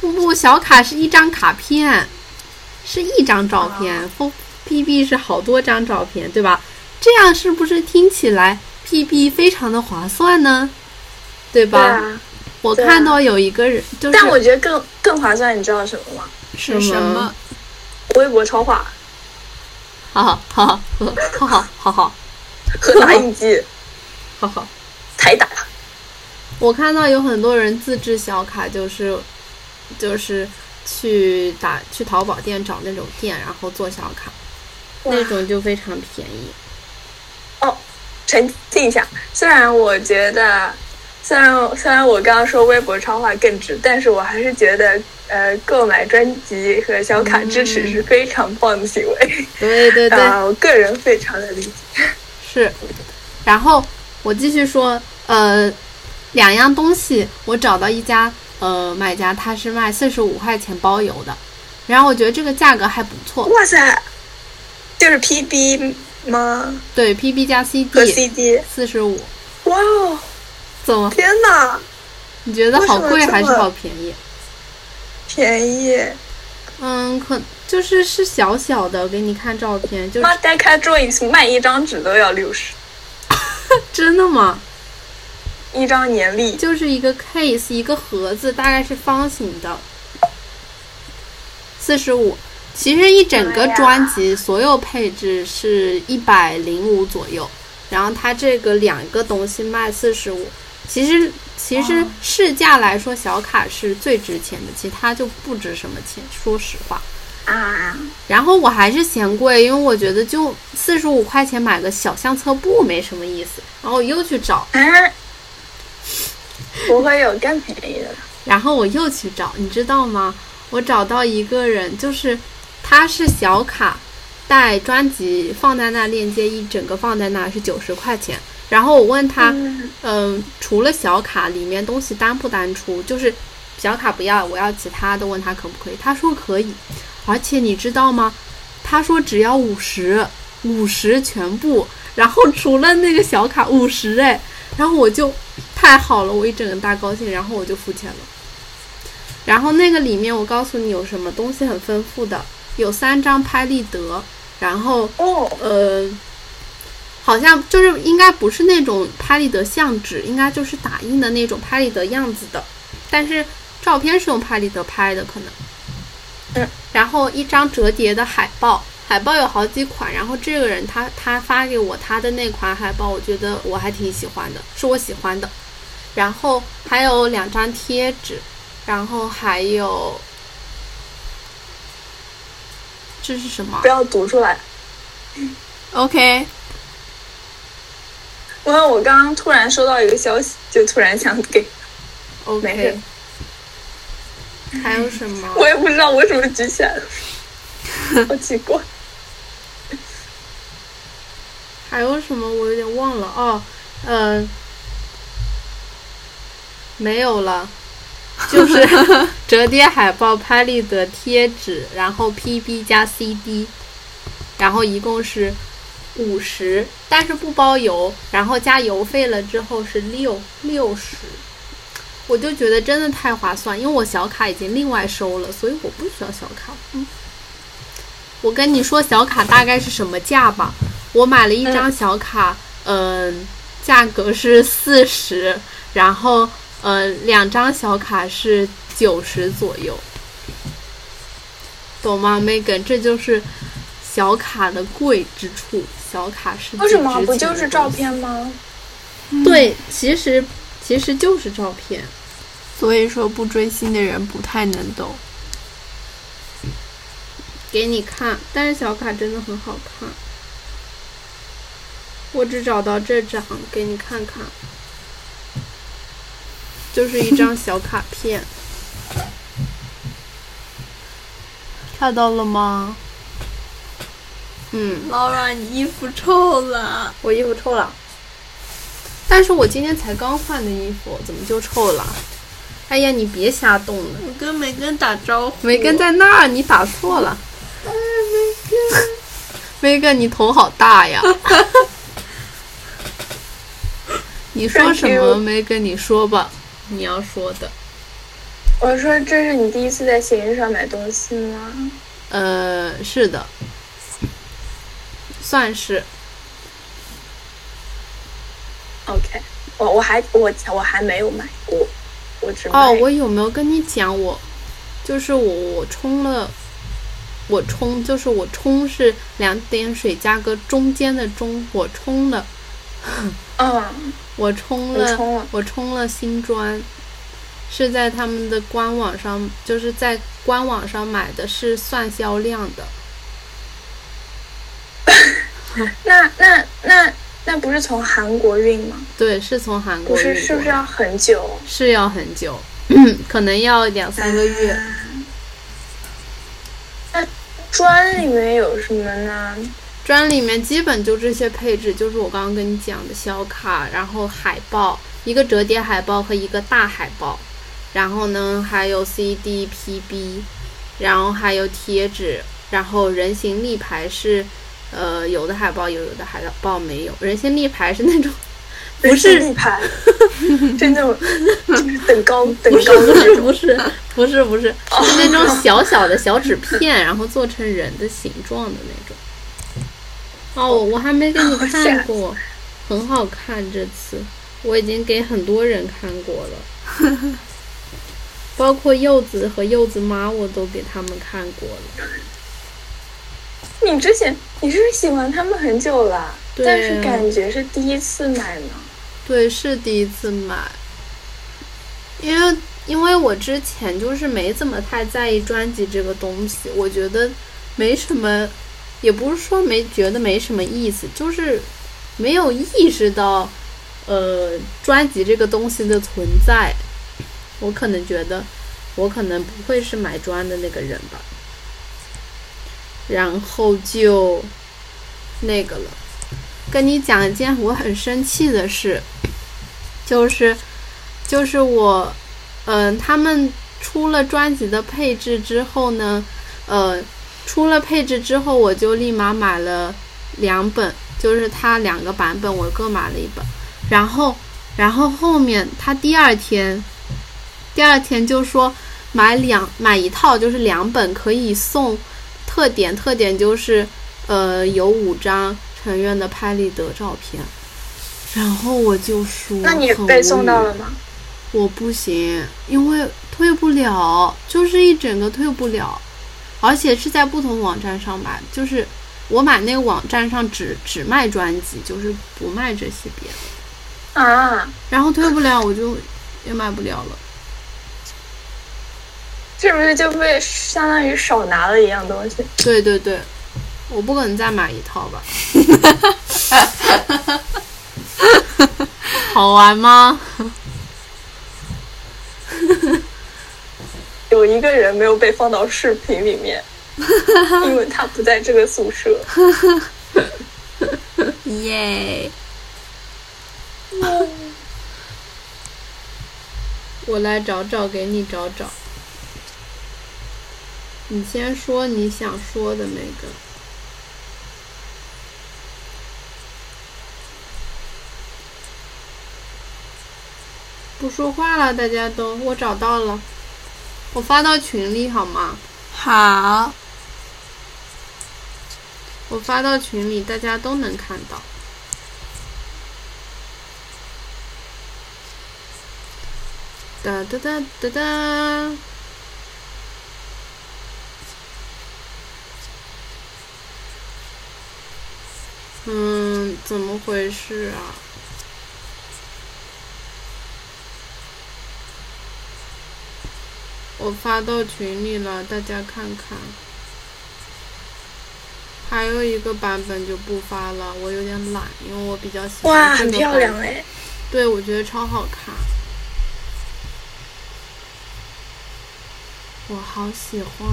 Speaker 3: 不不，小卡是一张卡片，是一张照片，P、P
Speaker 2: 哦
Speaker 3: B 是好多张照片，对吧？这样是不是听起来 P B 非常的划算呢？对吧？
Speaker 2: 啊，
Speaker 3: 我
Speaker 2: 对啊
Speaker 3: 看到有一个人，就是
Speaker 2: 但我觉得更更划算，你知道什么吗？
Speaker 1: 是什么？
Speaker 2: 微博超话
Speaker 3: 好好好好好好好好
Speaker 2: 和打印机
Speaker 3: 好好，
Speaker 2: 台打，
Speaker 3: 我看到有很多人自制小卡，就是就是去打去淘宝店找那种店，然后做小卡，那
Speaker 2: 哇
Speaker 3: 种就非常便宜。
Speaker 2: 澄哦清一下，虽然我觉得，虽然虽然我刚刚说微博超话更值，但是我还是觉得，呃，购买专辑和小卡支持是非常棒的行为。
Speaker 3: 对对对，
Speaker 2: 啊，我个人非常的理解。
Speaker 3: 是，然后我继续说，呃，两样东西，我找到一家呃卖家，他是卖四十五块钱包邮的，然后我觉得这个价格还不错，
Speaker 2: 哇塞，就是 PB 吗？
Speaker 3: 对，PB 加
Speaker 2: 和
Speaker 3: CD
Speaker 2: CD？
Speaker 3: 四十五，
Speaker 2: 哇哦，
Speaker 3: 怎么
Speaker 2: 天哪，
Speaker 3: 你觉得好
Speaker 2: 为
Speaker 3: 贵
Speaker 2: 什么这么
Speaker 3: 还是好便宜？
Speaker 2: 便宜！
Speaker 3: 嗯，可就是是小小的，我给你看照片，就是
Speaker 2: 妈，单开 Drawings 卖一张纸都要六十，
Speaker 3: 真的吗？
Speaker 2: 一张年历。
Speaker 3: 就是一个 case，一个盒子，大概是方形的，四十五。其实一整个
Speaker 2: 对呀
Speaker 3: 专辑所有配置是一百零五左右，然后它这个两个东西卖四十五，其实其实市价来说，小卡是最值钱的，其他就不值什么钱，说实话。
Speaker 2: 啊，
Speaker 3: 然后我还是嫌贵，因为我觉得就四十五块钱买个小相册簿没什么意思。然后我又去找，
Speaker 2: 啊， 不会有更便宜的吧。
Speaker 3: 然后我又去找，你知道吗？我找到一个人，就是他是小卡，带专辑放在那链接一整个放在那是九十块钱。然后我问他，
Speaker 2: 嗯
Speaker 3: 嗯，除了小卡里面东西单不单出，就是小卡不要，我要其他的。问他可不可以，他说可以，而且你知道吗？他说只要五十，五十全部，然后除了那个小卡五十哎，然后我就太好了，我一整个大高兴，然后我就付钱了。然后那个里面我告诉你有什么东西很丰富的，有三张拍立得，然后
Speaker 2: 哦，
Speaker 3: 呃，好像就是应该不是那种拍立得相纸，应该就是打印的那种拍立得样子的，但是照片是用拍立得拍的，可能。
Speaker 2: 嗯。
Speaker 3: 然后一张折叠的海报，海报有好几款，然后这个人他他发给我他的那款海报，我觉得我还挺喜欢的，是我喜欢的。然后还有两张贴纸，然后还有。这是什么啊
Speaker 2: 不？要读出来，
Speaker 1: ？OK，
Speaker 2: 因为我刚刚突然收到一个消息，就突然想给，没
Speaker 3: OK，
Speaker 2: 事
Speaker 3: 还有什么？
Speaker 2: 我也不知道我为什么举起来 了，好奇怪。
Speaker 3: 还有什么？我有点忘了哦，嗯、没有了，就是折叠海报、拍立得贴纸，然后 PB 加 CD，然后一共是五十，但是不包邮，然后加邮费了之后是六六十。我就觉得真的太划算，因为我小卡已经另外收了，所以我不需要小卡。嗯，我跟你说小卡大概是什么价吧。我买了一张小卡，嗯、价格是四十，然后呃，两张小卡是九十左右，懂吗，Megan？这就是小卡的贵之处。小卡 是
Speaker 2: 为什么
Speaker 3: 最值
Speaker 2: 不
Speaker 3: 钱
Speaker 2: 就
Speaker 3: 的
Speaker 2: 是照
Speaker 3: 东西？
Speaker 2: 片吗？
Speaker 1: 嗯
Speaker 3: 对，其实其实就是照片。
Speaker 1: 所以说不追星的人不太能懂。
Speaker 3: 给你看，但是小卡真的很好看。我只找到这张，给你看看，就是一张小卡 片，看到了吗？嗯，
Speaker 1: Laura，你衣服臭了。
Speaker 3: 我衣服臭了。但是我今天才刚换的衣服，怎么就臭了？哎呀，你别瞎动了，
Speaker 1: 我跟梅根打招呼，
Speaker 3: 梅根在那儿，你打错了。
Speaker 1: 啊，梅根，
Speaker 3: 梅根，你头好大呀！ 你说什
Speaker 2: Thank
Speaker 3: 么？
Speaker 2: you
Speaker 3: 梅根，你说吧，你要说的。
Speaker 2: 我说这是你第一次在闲鱼上买东西吗？
Speaker 3: 呃，是的，算是
Speaker 2: OK，我我还我我还没有买过，我只买
Speaker 3: 哦。我有没有跟你讲我？就是我我充了，我充就是我充是两点水加个中间的中，我充了，
Speaker 2: 嗯，
Speaker 3: 我充
Speaker 2: 我
Speaker 3: 了，
Speaker 2: 充了，
Speaker 3: 我充了新专，是在他们的官网上，就是在官网上买的，是算销量的。
Speaker 2: 那那那那不是从韩国运吗？
Speaker 3: 对，是从韩
Speaker 2: 不
Speaker 3: 国
Speaker 2: 是，
Speaker 3: 运
Speaker 2: 是不
Speaker 3: 过
Speaker 2: 是
Speaker 3: 来
Speaker 2: 要很久？
Speaker 3: 是要很久， 可能要两三个月。
Speaker 2: 那砖里面有什么呢？
Speaker 3: 砖里面基本就这些配置，就是我刚刚跟你讲的小卡，然后海报，一个折叠海报和一个大海报，然后呢还有 CD、PB，然后还有贴纸，然后人形立牌是，呃，有的海报有，有的海报没有。人形立牌是那种不
Speaker 2: 人
Speaker 3: 是
Speaker 2: 生立 牌，真的，就是等高等
Speaker 3: 不是
Speaker 2: 高
Speaker 3: 不
Speaker 2: 的
Speaker 3: 是不是 不是不是
Speaker 2: 哦
Speaker 3: 是那种小小的小纸片，然后做成人的形状的那种。哦，我我还没给你
Speaker 2: 吓
Speaker 3: 看
Speaker 2: 死
Speaker 3: 过，很好看。这次我已经给很多人看过了， 包括柚子和柚子妈，我都给他们看过了。
Speaker 2: 你之前你是不是喜欢他们很久了？
Speaker 3: 对
Speaker 2: 但是感觉是第一次买呢。
Speaker 3: 对，是第一次买，因为因为我之前就是没怎么太在意专辑这个东西，我觉得没什么，也不是说没觉得没什么意思，就是没有意识到呃专辑这个东西的存在。我可能觉得我可能不会是买专的那个人吧，然后就那个了。跟你讲一件我很生气的事，就是就是我，嗯、他们出了专辑的配置之后呢，呃，出了配置之后，我就立马买了两本，就是它两个版本，我各买了一本。然后，然后后面他第二天，第二天就说买两买一套，就是两本可以送特点，特点就是呃有五张成员的拍立得照片。然后我就说，
Speaker 2: 那你
Speaker 3: 很
Speaker 2: 被
Speaker 3: 无
Speaker 2: 送
Speaker 3: 语
Speaker 2: 到了吗？
Speaker 3: 我不行，因为退不了，就是一整个退不了，而且是在不同网站上买，就是我买那个网站上只只卖专辑，就是不卖这些别的，
Speaker 2: 啊，
Speaker 3: 然后退不了我就也买不了了。
Speaker 2: 是不是就被相当于少拿了一样东西？
Speaker 3: 对对对，我不可能再买一套吧？好玩吗？
Speaker 2: 有一个人没有被放到视频里面，因为他不在这个宿舍。
Speaker 1: 耶！
Speaker 3: 我来找找，给你找找。你先说你想说的那个。不说话了，大家都，我找到了，我发到群里好吗？
Speaker 1: 好，
Speaker 3: 我发到群里，大家都能看到。哒哒哒哒哒。嗯，怎么回事啊？我发到群里了，大家看看。还有一个版本就不发了，我有点懒，因为我比较喜 欢
Speaker 2: 哇，
Speaker 3: 这
Speaker 2: 很
Speaker 3: 个
Speaker 2: 漂
Speaker 3: 版
Speaker 2: 亮
Speaker 3: 本
Speaker 2: 哎！
Speaker 3: 对，我觉得超好看。我好喜欢，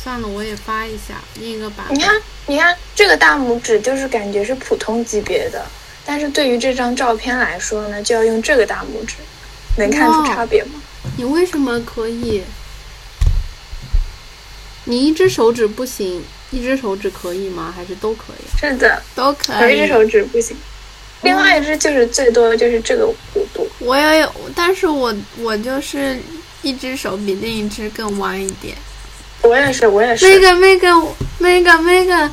Speaker 3: 算了，我也发一下另一个版
Speaker 2: 你
Speaker 3: 本。
Speaker 2: 看，你看这个大拇指就是感觉是普通级别的，但是对于这张照片来说呢，就要用这个大拇指，能看出差别吗？
Speaker 3: 你为什么可以？你一只手指不行，一只手指可以吗？还是都可以啊？
Speaker 2: 是的，
Speaker 1: 都可
Speaker 2: 有一
Speaker 1: 以
Speaker 2: 只。手指不行，另外一只就是最多就是这个弧度。
Speaker 1: 我也有，但是我我就是一只手比另一只更弯一点。
Speaker 2: 我也是，我也是。
Speaker 1: 那个那个那个那个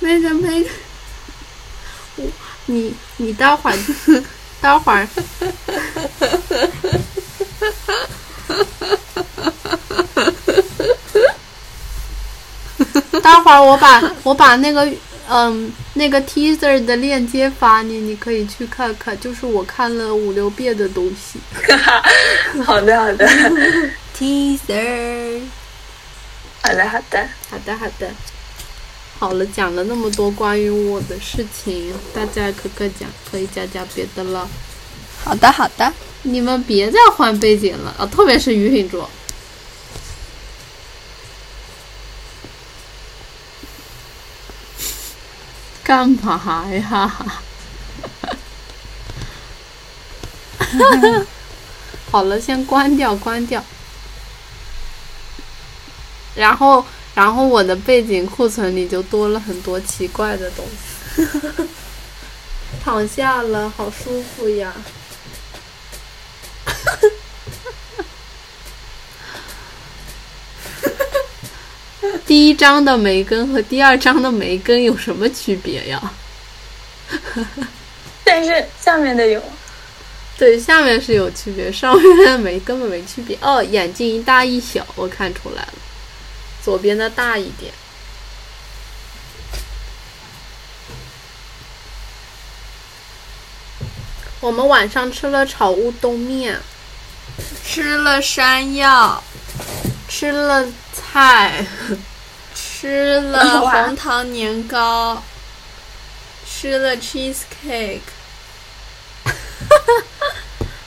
Speaker 1: 那个那个，
Speaker 3: 你你待会儿，待会儿，待会儿我把我把那个嗯那个 teaser 的链接发你，你可以去看看，就是我看了五六遍的东西。
Speaker 2: 好的，好的，
Speaker 1: teaser，
Speaker 2: 好的，好的。
Speaker 3: 好的，好的。好了，讲了那么多关于我的事情，大家可可讲可以讲讲别的了。
Speaker 1: 好的好的，
Speaker 3: 你们别再换背景了啊！特别是于品卓，干嘛呀？ 好了，先关掉，关掉。然后，然后我的背景库存里就多了很多奇怪的东西。 躺下了，好舒服呀！第一章的梅根和第二章的梅根有什么区别呀？
Speaker 2: 但是下面的有，
Speaker 3: 对，下面是有区别，上面没根本没区别。哦，眼睛一大一小，我看出来了，左边的大一点。我们晚上吃了炒乌冬面，
Speaker 1: 吃了山药，
Speaker 3: 吃了菜，
Speaker 1: 吃了
Speaker 2: 哇
Speaker 1: 红糖年糕，吃了 cheesecake，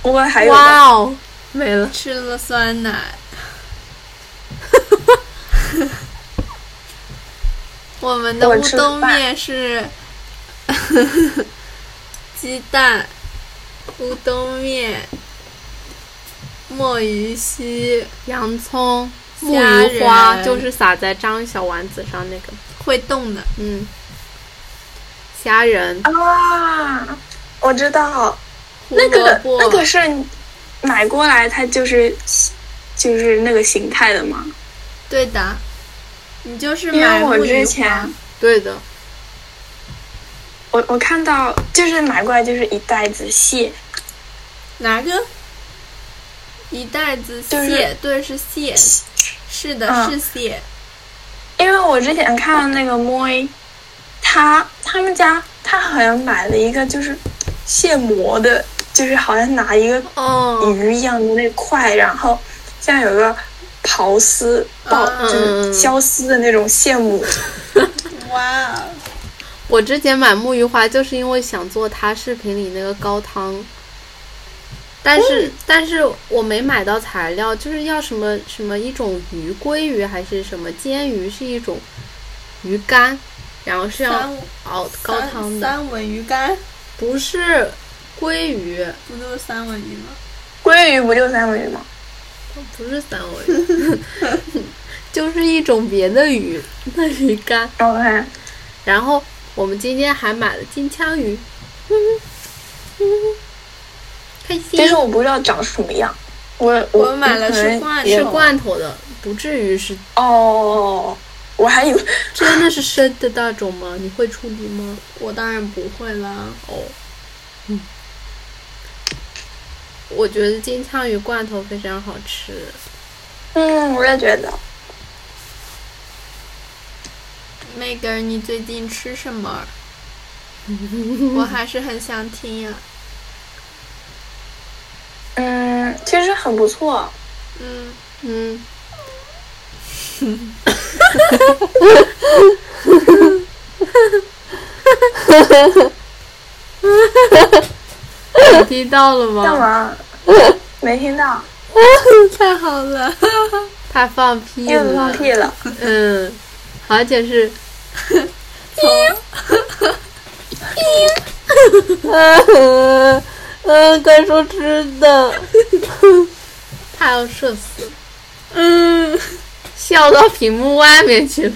Speaker 2: 不过还有吧
Speaker 3: 哇哦，没了。
Speaker 1: 吃了酸奶。我们的
Speaker 2: 我
Speaker 1: 乌
Speaker 2: 吃了
Speaker 1: 冬
Speaker 2: 饭
Speaker 1: 面是 鸡蛋、乌冬面、墨鱼须、
Speaker 3: 洋葱、木
Speaker 1: 虾
Speaker 3: 鱼花，
Speaker 1: 仁
Speaker 3: 就是撒在章鱼小丸子上那个，
Speaker 1: 会动的。
Speaker 3: 嗯，虾仁、
Speaker 2: 啊，我知道，
Speaker 1: 胡
Speaker 2: 那
Speaker 1: 萝
Speaker 2: 个
Speaker 1: 卜，
Speaker 2: 那个是买过来，它就是就是那个形态的嘛。
Speaker 1: 对的，你就是
Speaker 2: 因
Speaker 1: 买
Speaker 2: 为我
Speaker 1: 木
Speaker 2: 之
Speaker 1: 鱼
Speaker 2: 前
Speaker 1: 花，
Speaker 3: 对的，
Speaker 2: 我我看到就是买过来就是一袋子蟹，
Speaker 1: 哪个？一袋子蟹，
Speaker 2: 就是
Speaker 1: 对，是蟹，是的，
Speaker 2: 嗯
Speaker 1: 是蟹。
Speaker 2: 因为我之前看到那个 moi，他他们家他好像买了一个就是蟹膜的，就是好像拿一个
Speaker 3: 哦，
Speaker 2: 鱼一样的那块，然后像有个刨丝爆，
Speaker 1: 嗯
Speaker 2: 就是削丝的那种蟹母，
Speaker 1: 哇哦！
Speaker 3: 我之前买木鱼花就是因为想做它视频里那个高汤，但是、
Speaker 1: 嗯
Speaker 3: 但是我没买到材料，就是要什么什么一种鱼，鲑鱼还是什么煎鱼，是一种鱼干，然后是要
Speaker 1: 三
Speaker 3: 熬高
Speaker 1: 三
Speaker 3: 汤的，
Speaker 1: 三文鱼干，
Speaker 3: 不是鲑鱼。
Speaker 1: 不都是三文鱼吗？
Speaker 2: 鲑鱼不就三文鱼吗？
Speaker 3: 不是三文鱼， 就是一种别的鱼，那鱼干。
Speaker 2: 然后我看
Speaker 3: 然后我们今天还买了金枪鱼， 嗯嗯，开
Speaker 2: 但是
Speaker 3: 心。
Speaker 2: 我不知道长什么样。我
Speaker 1: 我买了
Speaker 2: 可能
Speaker 1: 吃罐
Speaker 2: 也
Speaker 3: 是
Speaker 2: 有
Speaker 3: 罐头的，不至于是
Speaker 2: 哦，我还以为
Speaker 3: 真的是生的那种吗？你会处理吗？
Speaker 1: 我当然不会啦。
Speaker 3: 哦，嗯，我觉得金枪鱼罐头非常好吃。
Speaker 2: 嗯，我也觉得
Speaker 1: 妹哥儿，你最近吃什 么？我还是很想听呀、
Speaker 2: 嗯，其实很不错。
Speaker 1: 嗯，
Speaker 3: 嗯， 你听到了
Speaker 1: 嗯
Speaker 2: 干
Speaker 3: 吗？
Speaker 2: 嘛？没听到，
Speaker 1: 太好 了。
Speaker 3: 他放屁
Speaker 2: 又放
Speaker 3: 了，
Speaker 2: 屁 了。
Speaker 3: 嗯，而且是
Speaker 1: 嗯嗯，该说吃的，
Speaker 3: 他要社死，
Speaker 1: 嗯，
Speaker 3: 笑到屏幕外面去了。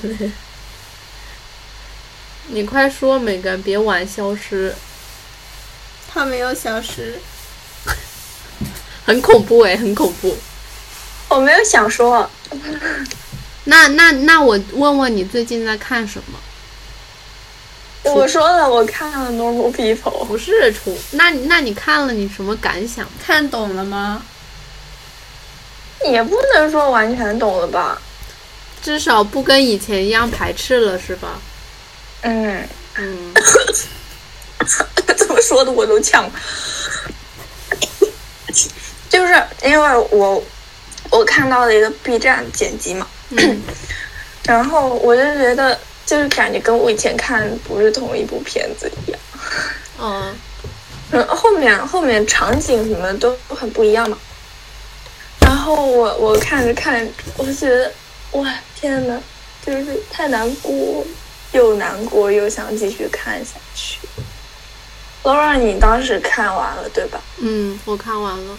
Speaker 3: 你快说，美根，别晚消失，
Speaker 1: 他没有消失。
Speaker 3: 很恐怖哎，很恐怖。
Speaker 2: 我没有想说，
Speaker 3: 那那那我问问你最近在看什么？
Speaker 2: 我说了，我看了 Normal People，
Speaker 3: 不是除那那你看了你什么感想？
Speaker 1: 看懂了吗？
Speaker 2: 也不能说完全懂了吧？
Speaker 3: 至少不跟以前一样排斥了是吧？
Speaker 2: 嗯，
Speaker 3: 嗯，
Speaker 2: 怎么说的我都呛。就是因为我我看到了一个 B 站剪辑嘛，
Speaker 3: 嗯
Speaker 2: 然后我就觉得就是感觉跟我以前看不是同一部片子一样。
Speaker 3: 哦，
Speaker 2: 嗯，后面后面场景什么的都很不一样嘛。然后我我看着看着，我就觉得哇天呐，就是太难过，又难过又想继续看下去。Laura，你当时看完了对吧？
Speaker 3: 嗯，我看完了。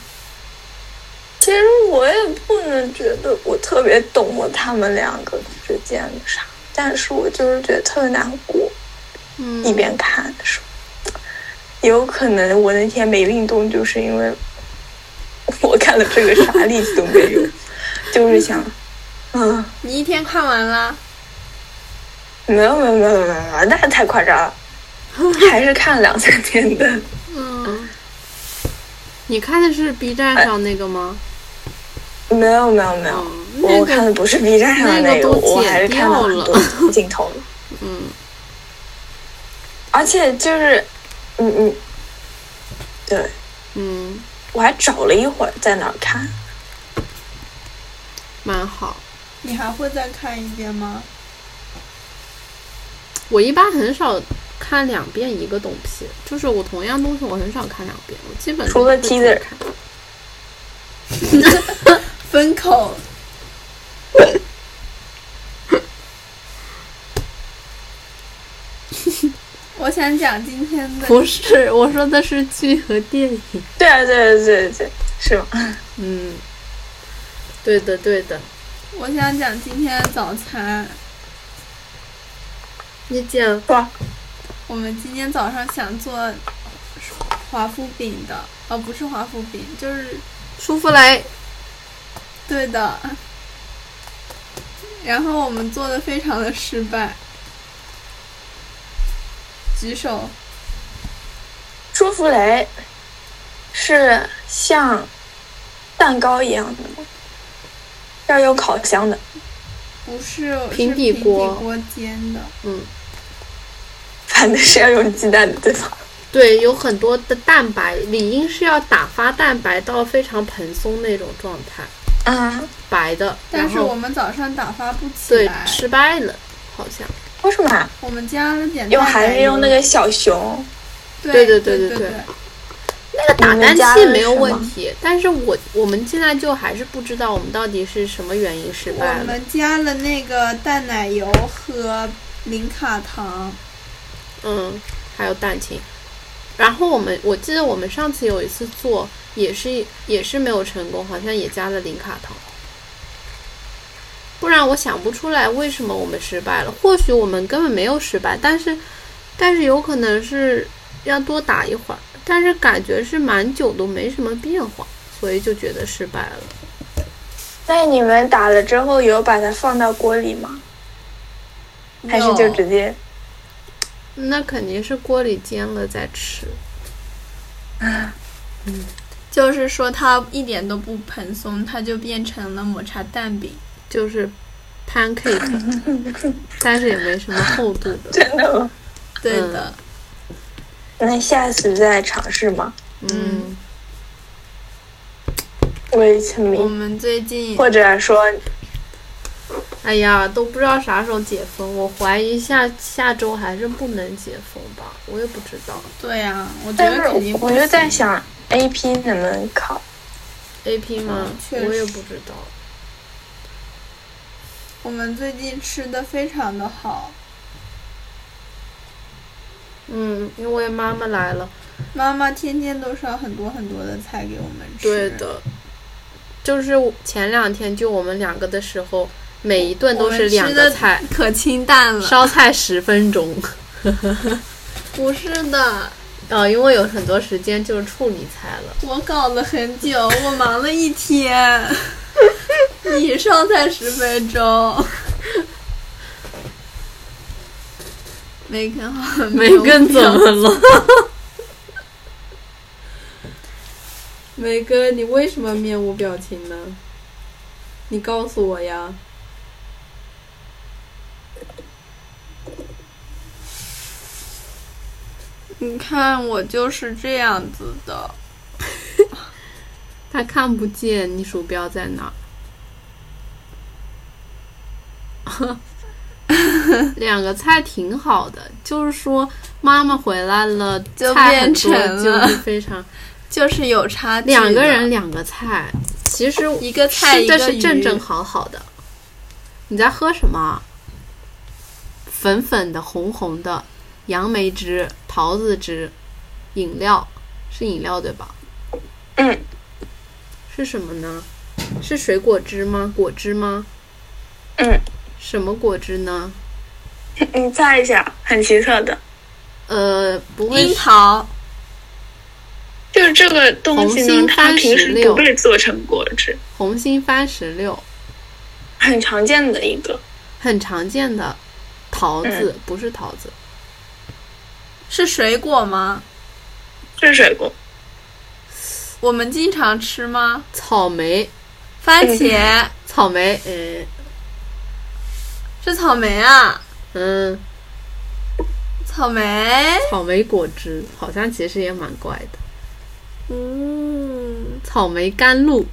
Speaker 2: 其实我也不能觉得我特别懂了他们两个之间的啥，但是我就是觉得特别难过。
Speaker 3: 嗯，
Speaker 2: 一边看的时候，有可能我那天没运动，就是因为我看了这个啥力气都没有，就是想，嗯，
Speaker 1: 你一天看完了？
Speaker 2: 没有没有没有没有，没有那太夸张了，还是看两三天的。
Speaker 3: 嗯，你看的是 B 站上那个吗？
Speaker 2: 没有没有没有，
Speaker 3: 嗯，
Speaker 2: 哎我
Speaker 3: 那
Speaker 2: 看
Speaker 3: 个
Speaker 2: 的不是 B 站上的
Speaker 3: 那个
Speaker 2: 个，
Speaker 3: 都
Speaker 2: 我还是
Speaker 3: 剪
Speaker 2: 看了很
Speaker 3: 掉
Speaker 2: 多镜头的。
Speaker 3: 嗯，
Speaker 2: 而且就是，嗯嗯，对
Speaker 3: 嗯，
Speaker 2: 我还找了一会儿在哪儿看，
Speaker 3: 蛮好。
Speaker 1: 你还会再看一遍吗？
Speaker 3: 我一般很少看两遍一个东西，就是我同样东西我很少看两遍，我基本
Speaker 2: 除了
Speaker 3: 都是
Speaker 2: teaser
Speaker 3: 看
Speaker 1: 分 口，我想讲今天的
Speaker 3: 不是，我说的是剧和电影。
Speaker 2: 对啊对对对对，是吗？
Speaker 3: 嗯，对的，对的。
Speaker 1: 我想讲今天的早餐。
Speaker 3: 你讲，
Speaker 2: 哇，
Speaker 1: 我们今天早上想做华夫饼的，哦，不是华夫饼，就是
Speaker 3: 舒芙蕾，
Speaker 1: 对的。然后我们做的非常的失败。举手，
Speaker 2: 舒芙蕾是像蛋糕一样的吗？要有烤箱的，
Speaker 1: 不是
Speaker 3: 平
Speaker 1: 是
Speaker 3: 底
Speaker 1: 平
Speaker 3: 锅
Speaker 1: 底锅煎的，
Speaker 3: 嗯，
Speaker 2: 反正是要用鸡蛋的，对吧？
Speaker 3: 对，有很多的蛋白，理应是要打发蛋白到非常蓬松那种状态，
Speaker 2: 嗯，
Speaker 3: 白的。
Speaker 1: 但是
Speaker 3: 然后
Speaker 1: 我们早上打发不起
Speaker 3: 对
Speaker 1: 来。
Speaker 3: 失败了，好像。
Speaker 2: 为什么啊？
Speaker 1: 我们加了点
Speaker 2: 又
Speaker 1: 淡
Speaker 2: 还
Speaker 1: 奶
Speaker 2: 是用那
Speaker 1: 油
Speaker 2: 个小熊？
Speaker 1: 对
Speaker 3: 对对
Speaker 1: 对
Speaker 3: 对对
Speaker 1: 对
Speaker 3: 对那个打
Speaker 2: 你
Speaker 3: 蛋
Speaker 2: 们家
Speaker 3: 器
Speaker 2: 的
Speaker 3: 没有
Speaker 2: 是
Speaker 3: 问
Speaker 2: 吗
Speaker 3: 题，但是我我们现在就还是不知道我们到底是什么原因失
Speaker 2: 哎
Speaker 3: 败
Speaker 1: 我
Speaker 3: 了。
Speaker 1: 们加了那个淡奶油和零卡糖，
Speaker 3: 嗯，还有蛋清。然后我们我记得我们上次有一次做也是也是没有成功，好像也加了零卡糖。不然我想不出来为什么我们失败了。或许我们根本没有失败，但是但是有可能是要多打一会儿，但是感觉是蛮久都没什么变化，所以就觉得失败了。
Speaker 2: 那你们打了之后有把它放到锅里吗？还是就
Speaker 1: No
Speaker 2: 直接？
Speaker 3: 那肯定是锅里煎了再吃。
Speaker 1: 就是说它一点都不蓬松，它就变成了抹茶蛋饼。
Speaker 3: 就是 pancake，但是也没什么厚度的。
Speaker 2: 真的吗？
Speaker 1: 对的，
Speaker 2: 那下次再尝试吗？
Speaker 3: 嗯，
Speaker 2: 我也沉迷
Speaker 4: 嗯
Speaker 1: 我，们最近
Speaker 2: 或者说
Speaker 3: 哎呀，都不知道啥时候解封，我怀疑下下周还是不能解封吧，我也不知道。
Speaker 1: 对啊，我觉得
Speaker 2: 但是
Speaker 1: 肯定
Speaker 2: 我
Speaker 1: 不
Speaker 2: 我就在想，A P 能不能考？
Speaker 3: A P 吗？
Speaker 1: 嗯确实
Speaker 3: 我也不知道。
Speaker 1: 我们最近吃的非常的好，
Speaker 3: 嗯，因为妈妈来了。
Speaker 1: 妈妈天天都烧很多很多的菜给我们吃。
Speaker 3: 对，的，就是前两天就我们两个的时候，每一顿都是两个菜，
Speaker 1: 可清淡了。
Speaker 3: 烧菜十分钟。
Speaker 1: 不是的，
Speaker 3: 呃，因为有很多时间就是处理菜了。
Speaker 1: 我搞了很久，我忙了一天。 你烧菜十分钟。梅根好像
Speaker 3: 梅根怎么了？梅根，你为什么面无表情呢？你告诉我呀。
Speaker 1: 你看我就是这样子的。
Speaker 3: 他看不见你鼠标在哪儿。 两个菜挺好的，就是说妈妈回来了，
Speaker 1: 就
Speaker 3: 菜很
Speaker 1: 变成
Speaker 3: 多，就
Speaker 1: 了
Speaker 3: 是非 常
Speaker 1: 就是有差距的。
Speaker 3: 两个人两个菜，其实
Speaker 1: 一个菜
Speaker 3: 吃的
Speaker 1: 一个
Speaker 3: 是
Speaker 1: 鱼
Speaker 3: 正正好好的。你在喝什么？粉粉的、红红的，杨梅汁、桃子汁，饮料是饮料对吧？
Speaker 4: 嗯，
Speaker 3: 是什么呢？是水果汁吗？果汁吗？
Speaker 4: 嗯，
Speaker 3: 什么果汁呢？
Speaker 4: 你猜一下，很奇特的，
Speaker 3: 呃，不会
Speaker 1: 樱
Speaker 3: 是
Speaker 1: 桃，
Speaker 4: 就是这个东西
Speaker 3: 红
Speaker 4: 呢
Speaker 3: 心，
Speaker 4: 它平时
Speaker 3: 86
Speaker 4: 不被做成果汁，
Speaker 3: 红心番石榴，
Speaker 4: 很常见的一个。
Speaker 3: 很常见的桃子，
Speaker 1: 嗯
Speaker 3: 不是桃子，
Speaker 1: 是水果吗？
Speaker 4: 是水果，
Speaker 1: 我们经常吃吗？
Speaker 3: 草莓，
Speaker 1: 番茄
Speaker 3: 草莓，嗯
Speaker 1: 是草莓啊，
Speaker 3: 嗯，
Speaker 1: 草莓。
Speaker 3: 草莓果汁好像其实也蛮怪的，
Speaker 1: 嗯，
Speaker 3: 草莓甘露，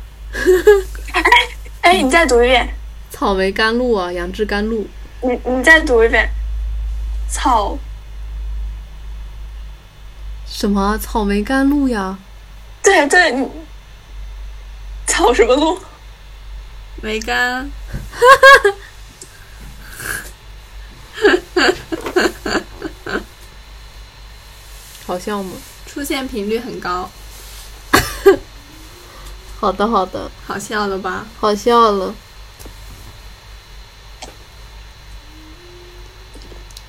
Speaker 4: 哎，你再读一遍，
Speaker 3: 草莓甘露啊，杨枝甘露，
Speaker 4: 你你再读一遍，草
Speaker 3: 什么草莓甘露呀？
Speaker 4: 对对，你草什么路？
Speaker 1: 梅干。
Speaker 3: 好笑吗？
Speaker 1: 出现频率很高，
Speaker 3: 好的好的，
Speaker 1: 好笑了吧？
Speaker 3: 好笑了，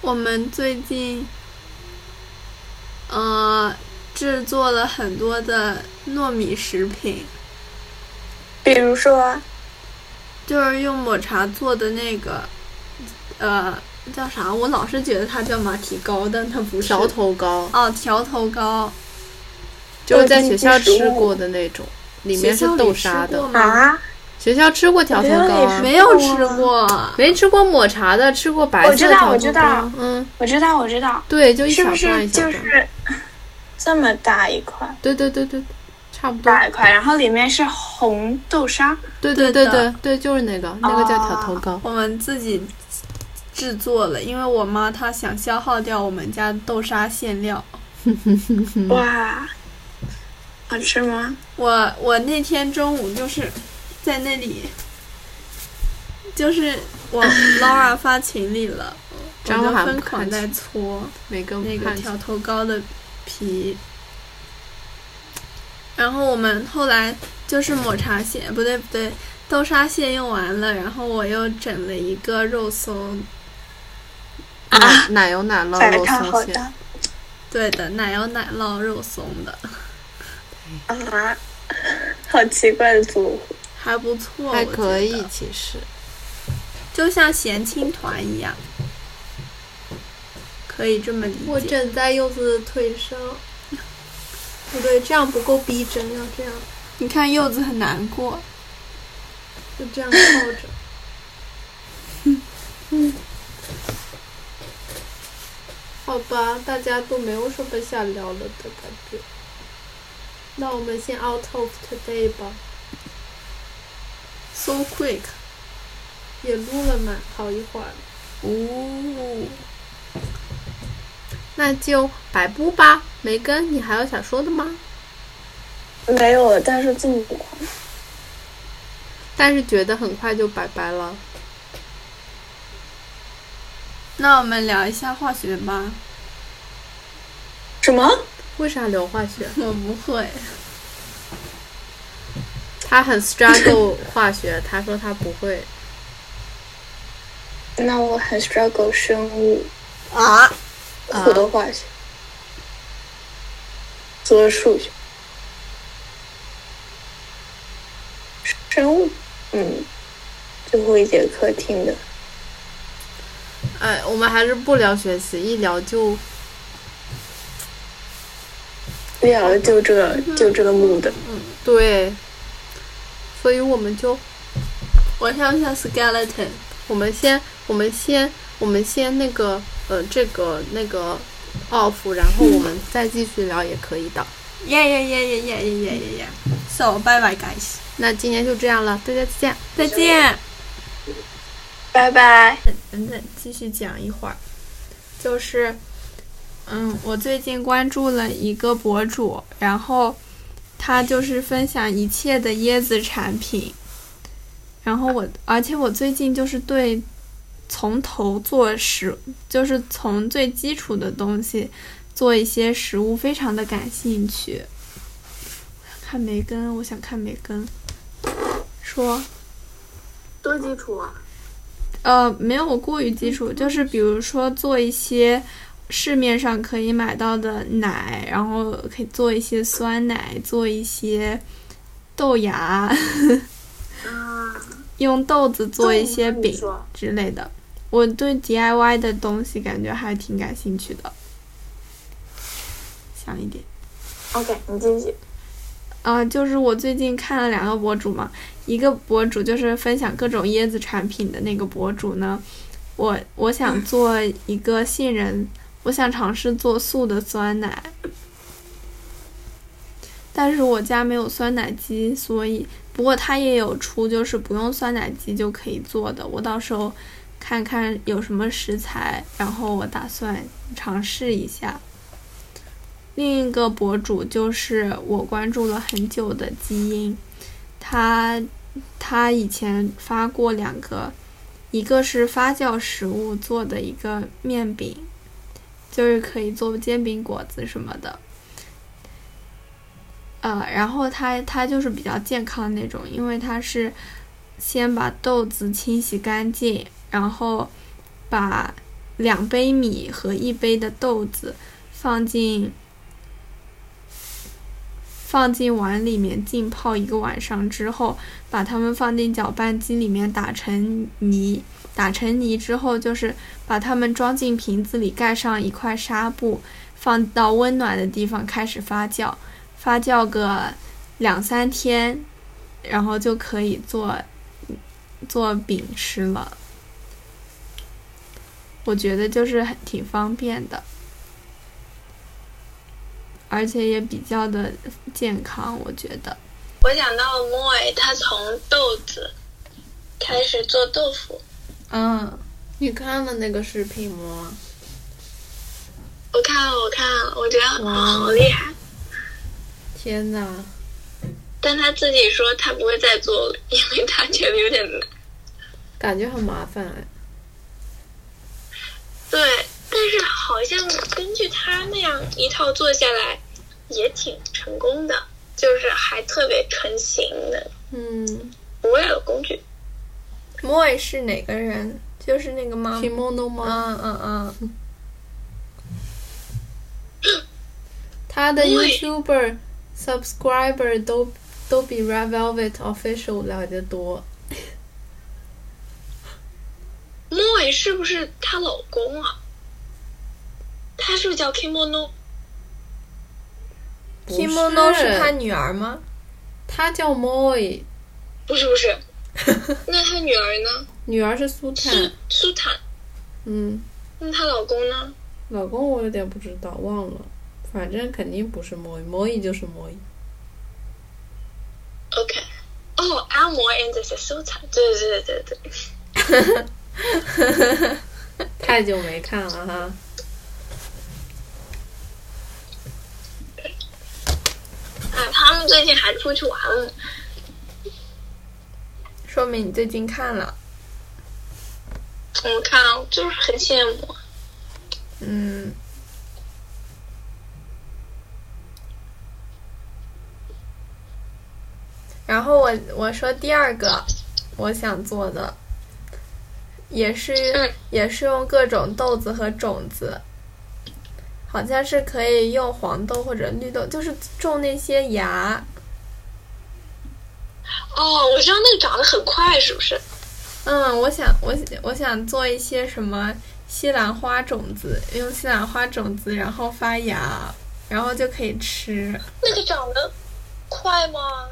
Speaker 1: 我们最近，呃，制作了很多的糯米食品，
Speaker 4: 比如说，啊
Speaker 1: 就是用抹茶做的那个，呃，叫啥？我老是觉得它叫马蹄糕，但它不是。
Speaker 3: 小头糕，
Speaker 1: 哦，条头糕，
Speaker 3: 就是在学校
Speaker 4: 就是
Speaker 3: 吃过的那种，里面是
Speaker 1: 学校里
Speaker 3: 豆
Speaker 1: 吃
Speaker 3: 沙
Speaker 1: 过
Speaker 4: 嗯
Speaker 3: 的，
Speaker 1: 吗？
Speaker 2: 啊
Speaker 4: 啊
Speaker 3: 学校吃过条头
Speaker 4: 学校
Speaker 3: 糕
Speaker 4: 里
Speaker 3: 啊。
Speaker 1: 没有吃过，
Speaker 3: 没吃过抹茶的，吃过白
Speaker 4: 我
Speaker 3: 色
Speaker 4: 知
Speaker 3: 的
Speaker 4: 道
Speaker 3: 条
Speaker 4: 我
Speaker 3: 头
Speaker 4: 知
Speaker 3: 糕
Speaker 4: 道。
Speaker 3: 嗯，
Speaker 4: 我知道，我知道，
Speaker 3: 对，就一
Speaker 4: 是
Speaker 3: 小
Speaker 4: 不
Speaker 3: 段
Speaker 4: 是
Speaker 3: 一小
Speaker 4: 就
Speaker 3: 段。
Speaker 4: 是 这么大一块，
Speaker 3: 对对对对，差不多。
Speaker 4: 大一块，然后里面是红豆沙，
Speaker 3: 对对
Speaker 1: 对
Speaker 3: 对
Speaker 1: 的
Speaker 3: 对对，就是那个，那个叫条头糕。
Speaker 1: 我们自己制作了，因为我妈她想消耗掉我们家豆沙馅料。
Speaker 4: 嗯哇，好吃吗？
Speaker 1: 我我那天中午就是在那里，就是我 Laura 发群里了，我
Speaker 3: 张
Speaker 1: 就
Speaker 3: 翰
Speaker 1: 疯
Speaker 3: 不
Speaker 1: 狂
Speaker 3: 看
Speaker 1: 在搓
Speaker 3: 每个
Speaker 1: 那个
Speaker 3: 看
Speaker 1: 条头糕的皮。然后我们后来就是抹茶馅，不对不对，豆沙馅用完了，然后我又整了一个肉松，
Speaker 3: 啊，奶油奶酪
Speaker 2: 哎
Speaker 4: 反
Speaker 3: 肉
Speaker 4: 正它好
Speaker 3: 松馅，
Speaker 4: 大
Speaker 1: 对的，奶油奶酪肉松的，
Speaker 4: 啊，好奇怪的组合。
Speaker 1: 还不错，
Speaker 3: 还
Speaker 1: 我觉
Speaker 3: 可以
Speaker 1: 得，
Speaker 3: 其实。
Speaker 1: 就像咸青团一样，可以这么理
Speaker 5: 我
Speaker 1: 解。
Speaker 5: 枕在柚子的腿上，不对，这样不够逼真，要这样，
Speaker 1: 你看柚子很难过，
Speaker 5: 就这样靠 着。好吧，大家都没有什么想聊了的感觉。那我们先 out of today 吧，
Speaker 1: ，so quick，
Speaker 5: 也录了蛮好一会儿。
Speaker 1: 哦，
Speaker 3: 那就百步吧，梅根，你还有想说的吗？
Speaker 4: 没有了，但是这么快，
Speaker 3: 但是觉得很快就拜拜了，
Speaker 1: 那我们聊一下化学吧，
Speaker 2: 什么？
Speaker 3: 为啥聊化学？
Speaker 1: 我不会。
Speaker 3: 他很 struggle 化学，他说他不会。
Speaker 2: 那我很 struggle 生物
Speaker 6: 啊，
Speaker 3: 啊
Speaker 2: 或者化学，除了数学，生物，嗯，最后一节课听的。
Speaker 3: 哎，我们还是不聊学习，一聊就
Speaker 2: 聊了就这就这个木的，
Speaker 3: 对，所以我们就
Speaker 1: 我想想 skeleton，
Speaker 3: 我们先我们先我们先那个呃这个那个 off，然后我们再继续聊也可以的。
Speaker 1: 耶耶耶耶耶耶耶耶耶，so bye bye guys，
Speaker 3: 那今天就这样了，大家再见。
Speaker 1: 再见。
Speaker 2: 拜拜。
Speaker 1: 等等，嗯继续讲一会儿。就是，嗯，我最近关注了一个博主，然后他就是分享一切的椰子产品。然后我，而且我最近就是对从头做食，就是从最基础的东西做一些食物，非常的感兴趣。看梅根，我想看梅根，说。
Speaker 6: 多基础啊！
Speaker 1: 呃，没有过于基础，就是比如说做一些市面上可以买到的奶，然后可以做一些酸奶，做一些豆芽， 用豆子做一些饼之类的。我对 DIY 的东西感觉还挺感兴趣的，想一点。
Speaker 6: OK，你继续。
Speaker 1: 呃，就是我最近看了两个博主嘛，一个博主就是分享各种椰子产品的那个博主呢，我我想做一个杏仁，我想尝试做素的酸奶，但是我家没有酸奶机，所以不过它也有出就是不用酸奶机就可以做的，我到时候看看有什么食材，然后我打算尝试一下。另一个博主就是我关注了很久的基因，他他以前发过两个，一个是发酵食物做的一个面饼，就是可以做煎饼果子什么的。呃，然后它它就是比较健康那种，因为它是先把豆子清洗干净，然后把两杯米和一杯的豆子放进放进碗里面浸泡一个晚上之后，把它们放进搅拌机里面打成泥，打成泥之后就是把它们装进瓶子里，盖上一块纱布，放到温暖的地方开始发酵，发酵个两三天，然后就可以做做饼吃了。我觉得就是很挺方便的。而且也比较的健康，我觉得。
Speaker 2: 我想到 Moy，他从豆子开始做豆腐，
Speaker 1: 嗯，
Speaker 3: 啊你看了那个视频吗？
Speaker 2: 我看了，我看了，我觉得好厉害。
Speaker 3: 天哪！
Speaker 2: 但他自己说他不会再做了，因为他觉得有点难。
Speaker 3: 感觉很麻烦哎。
Speaker 2: 对，但是好像根据他那样一套做下来，也挺成功的，就是还特别成型的，
Speaker 3: 嗯
Speaker 2: 不为了工具。
Speaker 1: 莫伊是哪个人？就是那个吗？
Speaker 3: ，Kimono 吗？
Speaker 1: 嗯嗯嗯，
Speaker 3: 他的
Speaker 2: 对
Speaker 3: YouTuber subscriber 都都比 Red Velvet Official 来的多。
Speaker 2: 莫伟是不是她老公啊？他是不是叫 Kimono？
Speaker 3: 不
Speaker 1: Kimono 是他
Speaker 3: 他，
Speaker 1: 女儿吗？
Speaker 3: 他叫 Moy，
Speaker 2: 不是不是，那他女儿呢？
Speaker 3: 女儿是苏
Speaker 2: 苏
Speaker 3: 坦。
Speaker 2: 苏坦。
Speaker 3: 嗯，
Speaker 2: 那她老公呢？
Speaker 3: 老公我有点不知道，忘了，反正肯定不是 Moy，Moy 就是 Moy。
Speaker 2: OK，哦，阿嬷 and the Sultan，对对对对对，
Speaker 3: 太久没看了哈。
Speaker 2: 啊，他们最近还出去玩了，
Speaker 1: 说明你最近看了。
Speaker 4: 我嗯看了，就是很羡慕。
Speaker 1: 嗯，然后我我说第二个我想做的，也是
Speaker 4: 嗯
Speaker 1: 也是用各种豆子和种子，好像是可以用黄豆或者绿豆，就是种那些芽。
Speaker 4: 哦，我知道那个长得很快，是不是？
Speaker 1: 嗯，我想我我想做一些什么西兰花种子，用西兰花种子然后发芽，然后就可以吃。
Speaker 4: 那个长得快吗？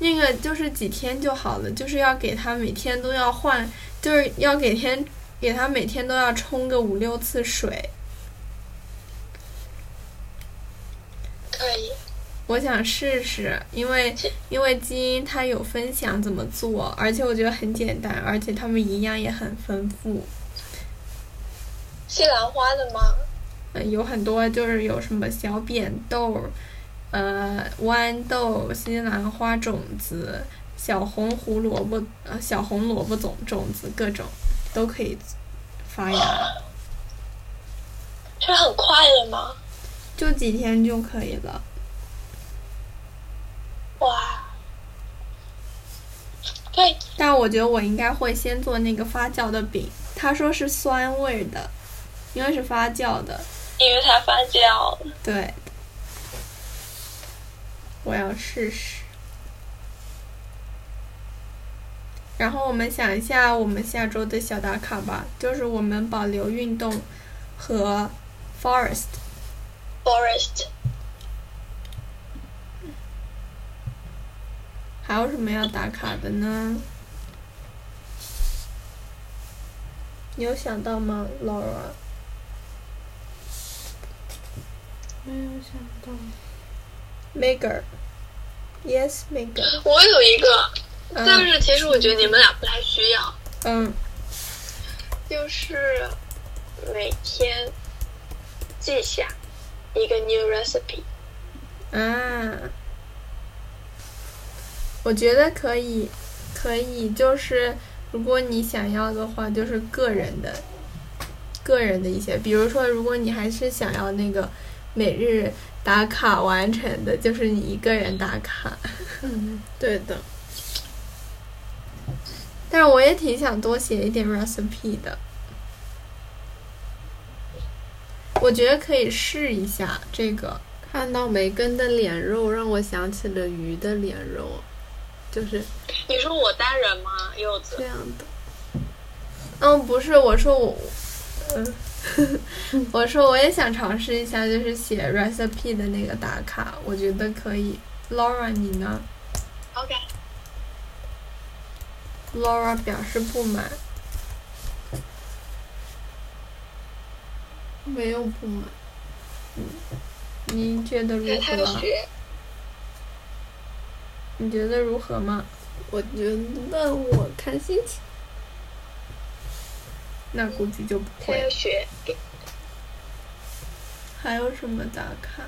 Speaker 1: 那个就是几天就好了，就是要给它每天都要换，就是要给天给它每天都要冲个五六次水。
Speaker 4: 可以。
Speaker 1: 我想试试，因为因为基因它有分享怎么做，而且我觉得很简单，而且它们营养也很丰富。
Speaker 4: 西兰花的吗？
Speaker 1: 呃，有很多就是有什么小扁豆，呃，豌豆、西兰花种子、小红胡萝卜、呃，小红萝卜种种子，各种都可以发芽，
Speaker 4: 是很快的吗？
Speaker 1: 就几天就可以了。
Speaker 4: 哇，对，
Speaker 1: 但我觉得我应该会先做那个发酵的饼，他说是酸味儿的，因为是发酵的，
Speaker 4: 因为它发酵。
Speaker 1: 对。我要试试。然后我们想一下我们下周的小打卡吧，就是我们保留运动和 forest。
Speaker 4: Forest，
Speaker 1: 还有什么要打卡的呢？你有想到吗，Laura？
Speaker 5: 没有想到，
Speaker 1: Maker。Yes, 啊 Maker。
Speaker 4: 我有一个，但
Speaker 1: 嗯
Speaker 4: 是其实我觉得你们俩不太需要，
Speaker 1: 嗯
Speaker 4: 就是每天记下一个 new recipe。
Speaker 1: 啊，我觉得可以，可以，就是如果你想要的话，就是个人的，个人的一些，比如说，如果你还是想要那个每日打卡完成的，就是你一个人打卡。
Speaker 5: 对的，
Speaker 1: 但是我也挺想多写一点 recipe 的，我觉得可以试一下这个。
Speaker 3: 看到梅根的脸肉，让我想起了鱼的脸肉，就是
Speaker 4: 你说我单人吗？柚子
Speaker 3: 这样的。
Speaker 1: 嗯，不是，我说我，嗯， 我说我也想尝试一下，就是写 recipe 的那个打卡，我觉得可以。Laura，你呢
Speaker 4: ，OK，
Speaker 1: ？Laura 表示不满。
Speaker 5: 没有不满。
Speaker 1: 你觉得如
Speaker 4: 那他就
Speaker 1: 何？
Speaker 4: 学
Speaker 1: 你觉得如何吗？
Speaker 3: 我觉得我看心情，
Speaker 1: 那估计就不
Speaker 4: 他
Speaker 1: 会
Speaker 4: 要。学，
Speaker 1: 还有什么打卡？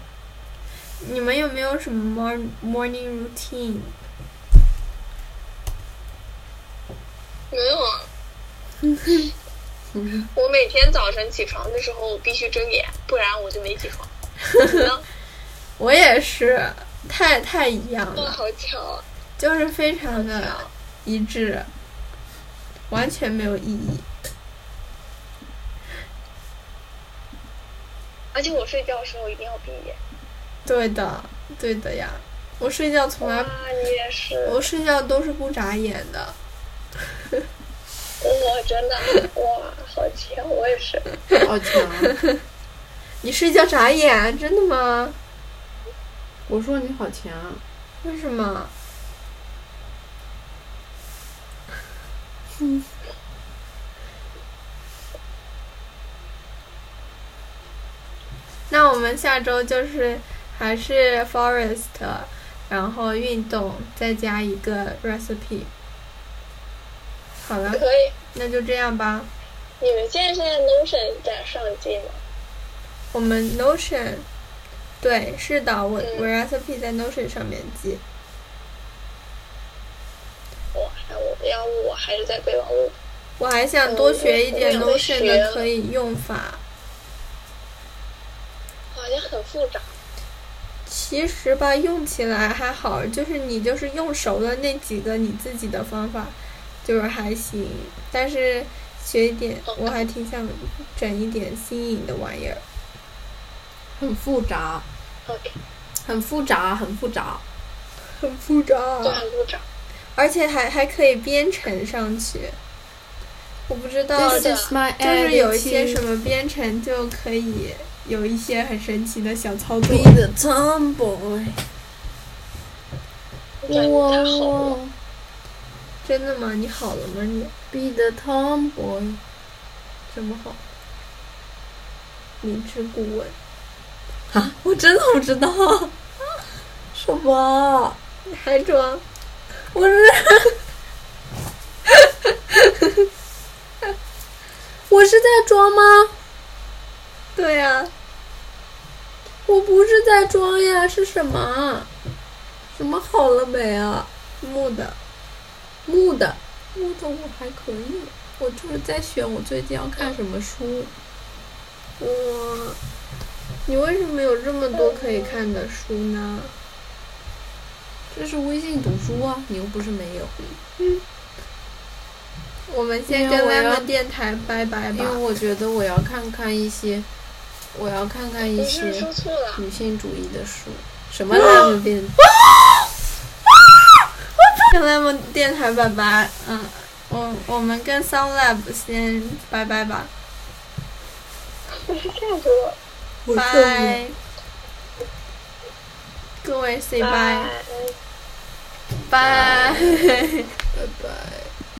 Speaker 1: 你们有没有什么 morning morning routine？
Speaker 4: 没有啊。我每天早晨起床的时候，我必须睁眼，不然我就没起床。你呢？
Speaker 1: 我也是，太太一样
Speaker 4: 哇，
Speaker 1: 了，
Speaker 4: 好巧啊！
Speaker 1: 就是非常的一致，完全没有意义。
Speaker 4: 而且我睡觉的时候一定要闭眼。
Speaker 1: 对的，对的呀。我睡觉从来，
Speaker 4: 哇，你也是，
Speaker 1: 我睡觉都是不眨眼的。
Speaker 4: 我真的，哇，好巧，我也是。
Speaker 3: 好强！
Speaker 1: 你睡觉眨眼，真的吗？
Speaker 3: 我说你好强，
Speaker 1: 为什么？ 那我们下周就是还是 forest，然后运动，再加一个 recipe。好了，
Speaker 4: 可以，
Speaker 1: 那就这样吧。
Speaker 4: 你们现在是在 Notion 在上进吗？
Speaker 1: 我们 Notion，对，是的，我
Speaker 4: 嗯
Speaker 1: 我 recipe 在 Notion 上面记。
Speaker 4: 我还我要不我还是在备忘录。
Speaker 1: 我还想多学一点
Speaker 4: 嗯我也会
Speaker 1: Notion
Speaker 4: 学
Speaker 1: 的可以用法。
Speaker 4: 好像很复杂。
Speaker 1: 其实吧，用起来还好，就是你就是用熟了那几个你自己的方法，就是还行。但是学一点，我还挺想整一点新颖的玩意儿。
Speaker 3: 很复杂，
Speaker 4: OK，
Speaker 3: 很复杂，很复杂。
Speaker 1: 很复杂，
Speaker 4: 对，很复杂。
Speaker 1: 而且还还可以编程上去。我不知道，
Speaker 3: This
Speaker 1: 就
Speaker 3: is my
Speaker 1: 是有一些什
Speaker 3: attitude
Speaker 1: 么编程就可以有一些很神奇的小操作。
Speaker 3: be the tomboy。
Speaker 4: 我感觉它好了。
Speaker 1: 真的吗？你好了吗？你
Speaker 3: be the tomboy。
Speaker 1: 怎么好？明知故问。啊
Speaker 3: 我真的不知道， 什么？
Speaker 1: 还装？
Speaker 3: 我是，我是在装吗？
Speaker 1: 对呀、
Speaker 3: 我不是在装呀，是什么？啊什么好了没啊？
Speaker 1: 木的。
Speaker 3: 木的，木的我还可以，我就是在选我最近要看什么书。
Speaker 1: 哇，你为什么有这么多可以看的书呢？
Speaker 3: 这是微信读书啊，你又不是没有，
Speaker 4: 嗯
Speaker 1: 我们先
Speaker 3: 因为
Speaker 1: 跟
Speaker 3: 我要
Speaker 1: Lemon 电台拜拜
Speaker 3: 因为
Speaker 1: 吧。
Speaker 3: 我觉得我要看看一些，我要看看一
Speaker 4: 你是不
Speaker 3: 些
Speaker 4: 是说嗯错了？
Speaker 3: 女性主义的书。什么拉面变
Speaker 1: 跟 Lemon 电台拜拜。嗯，我我们跟 Sound Lab 先拜拜吧。
Speaker 4: 你是这样子的。
Speaker 1: 拜。各位 say
Speaker 4: 拜
Speaker 1: bye bye。
Speaker 3: 拜拜。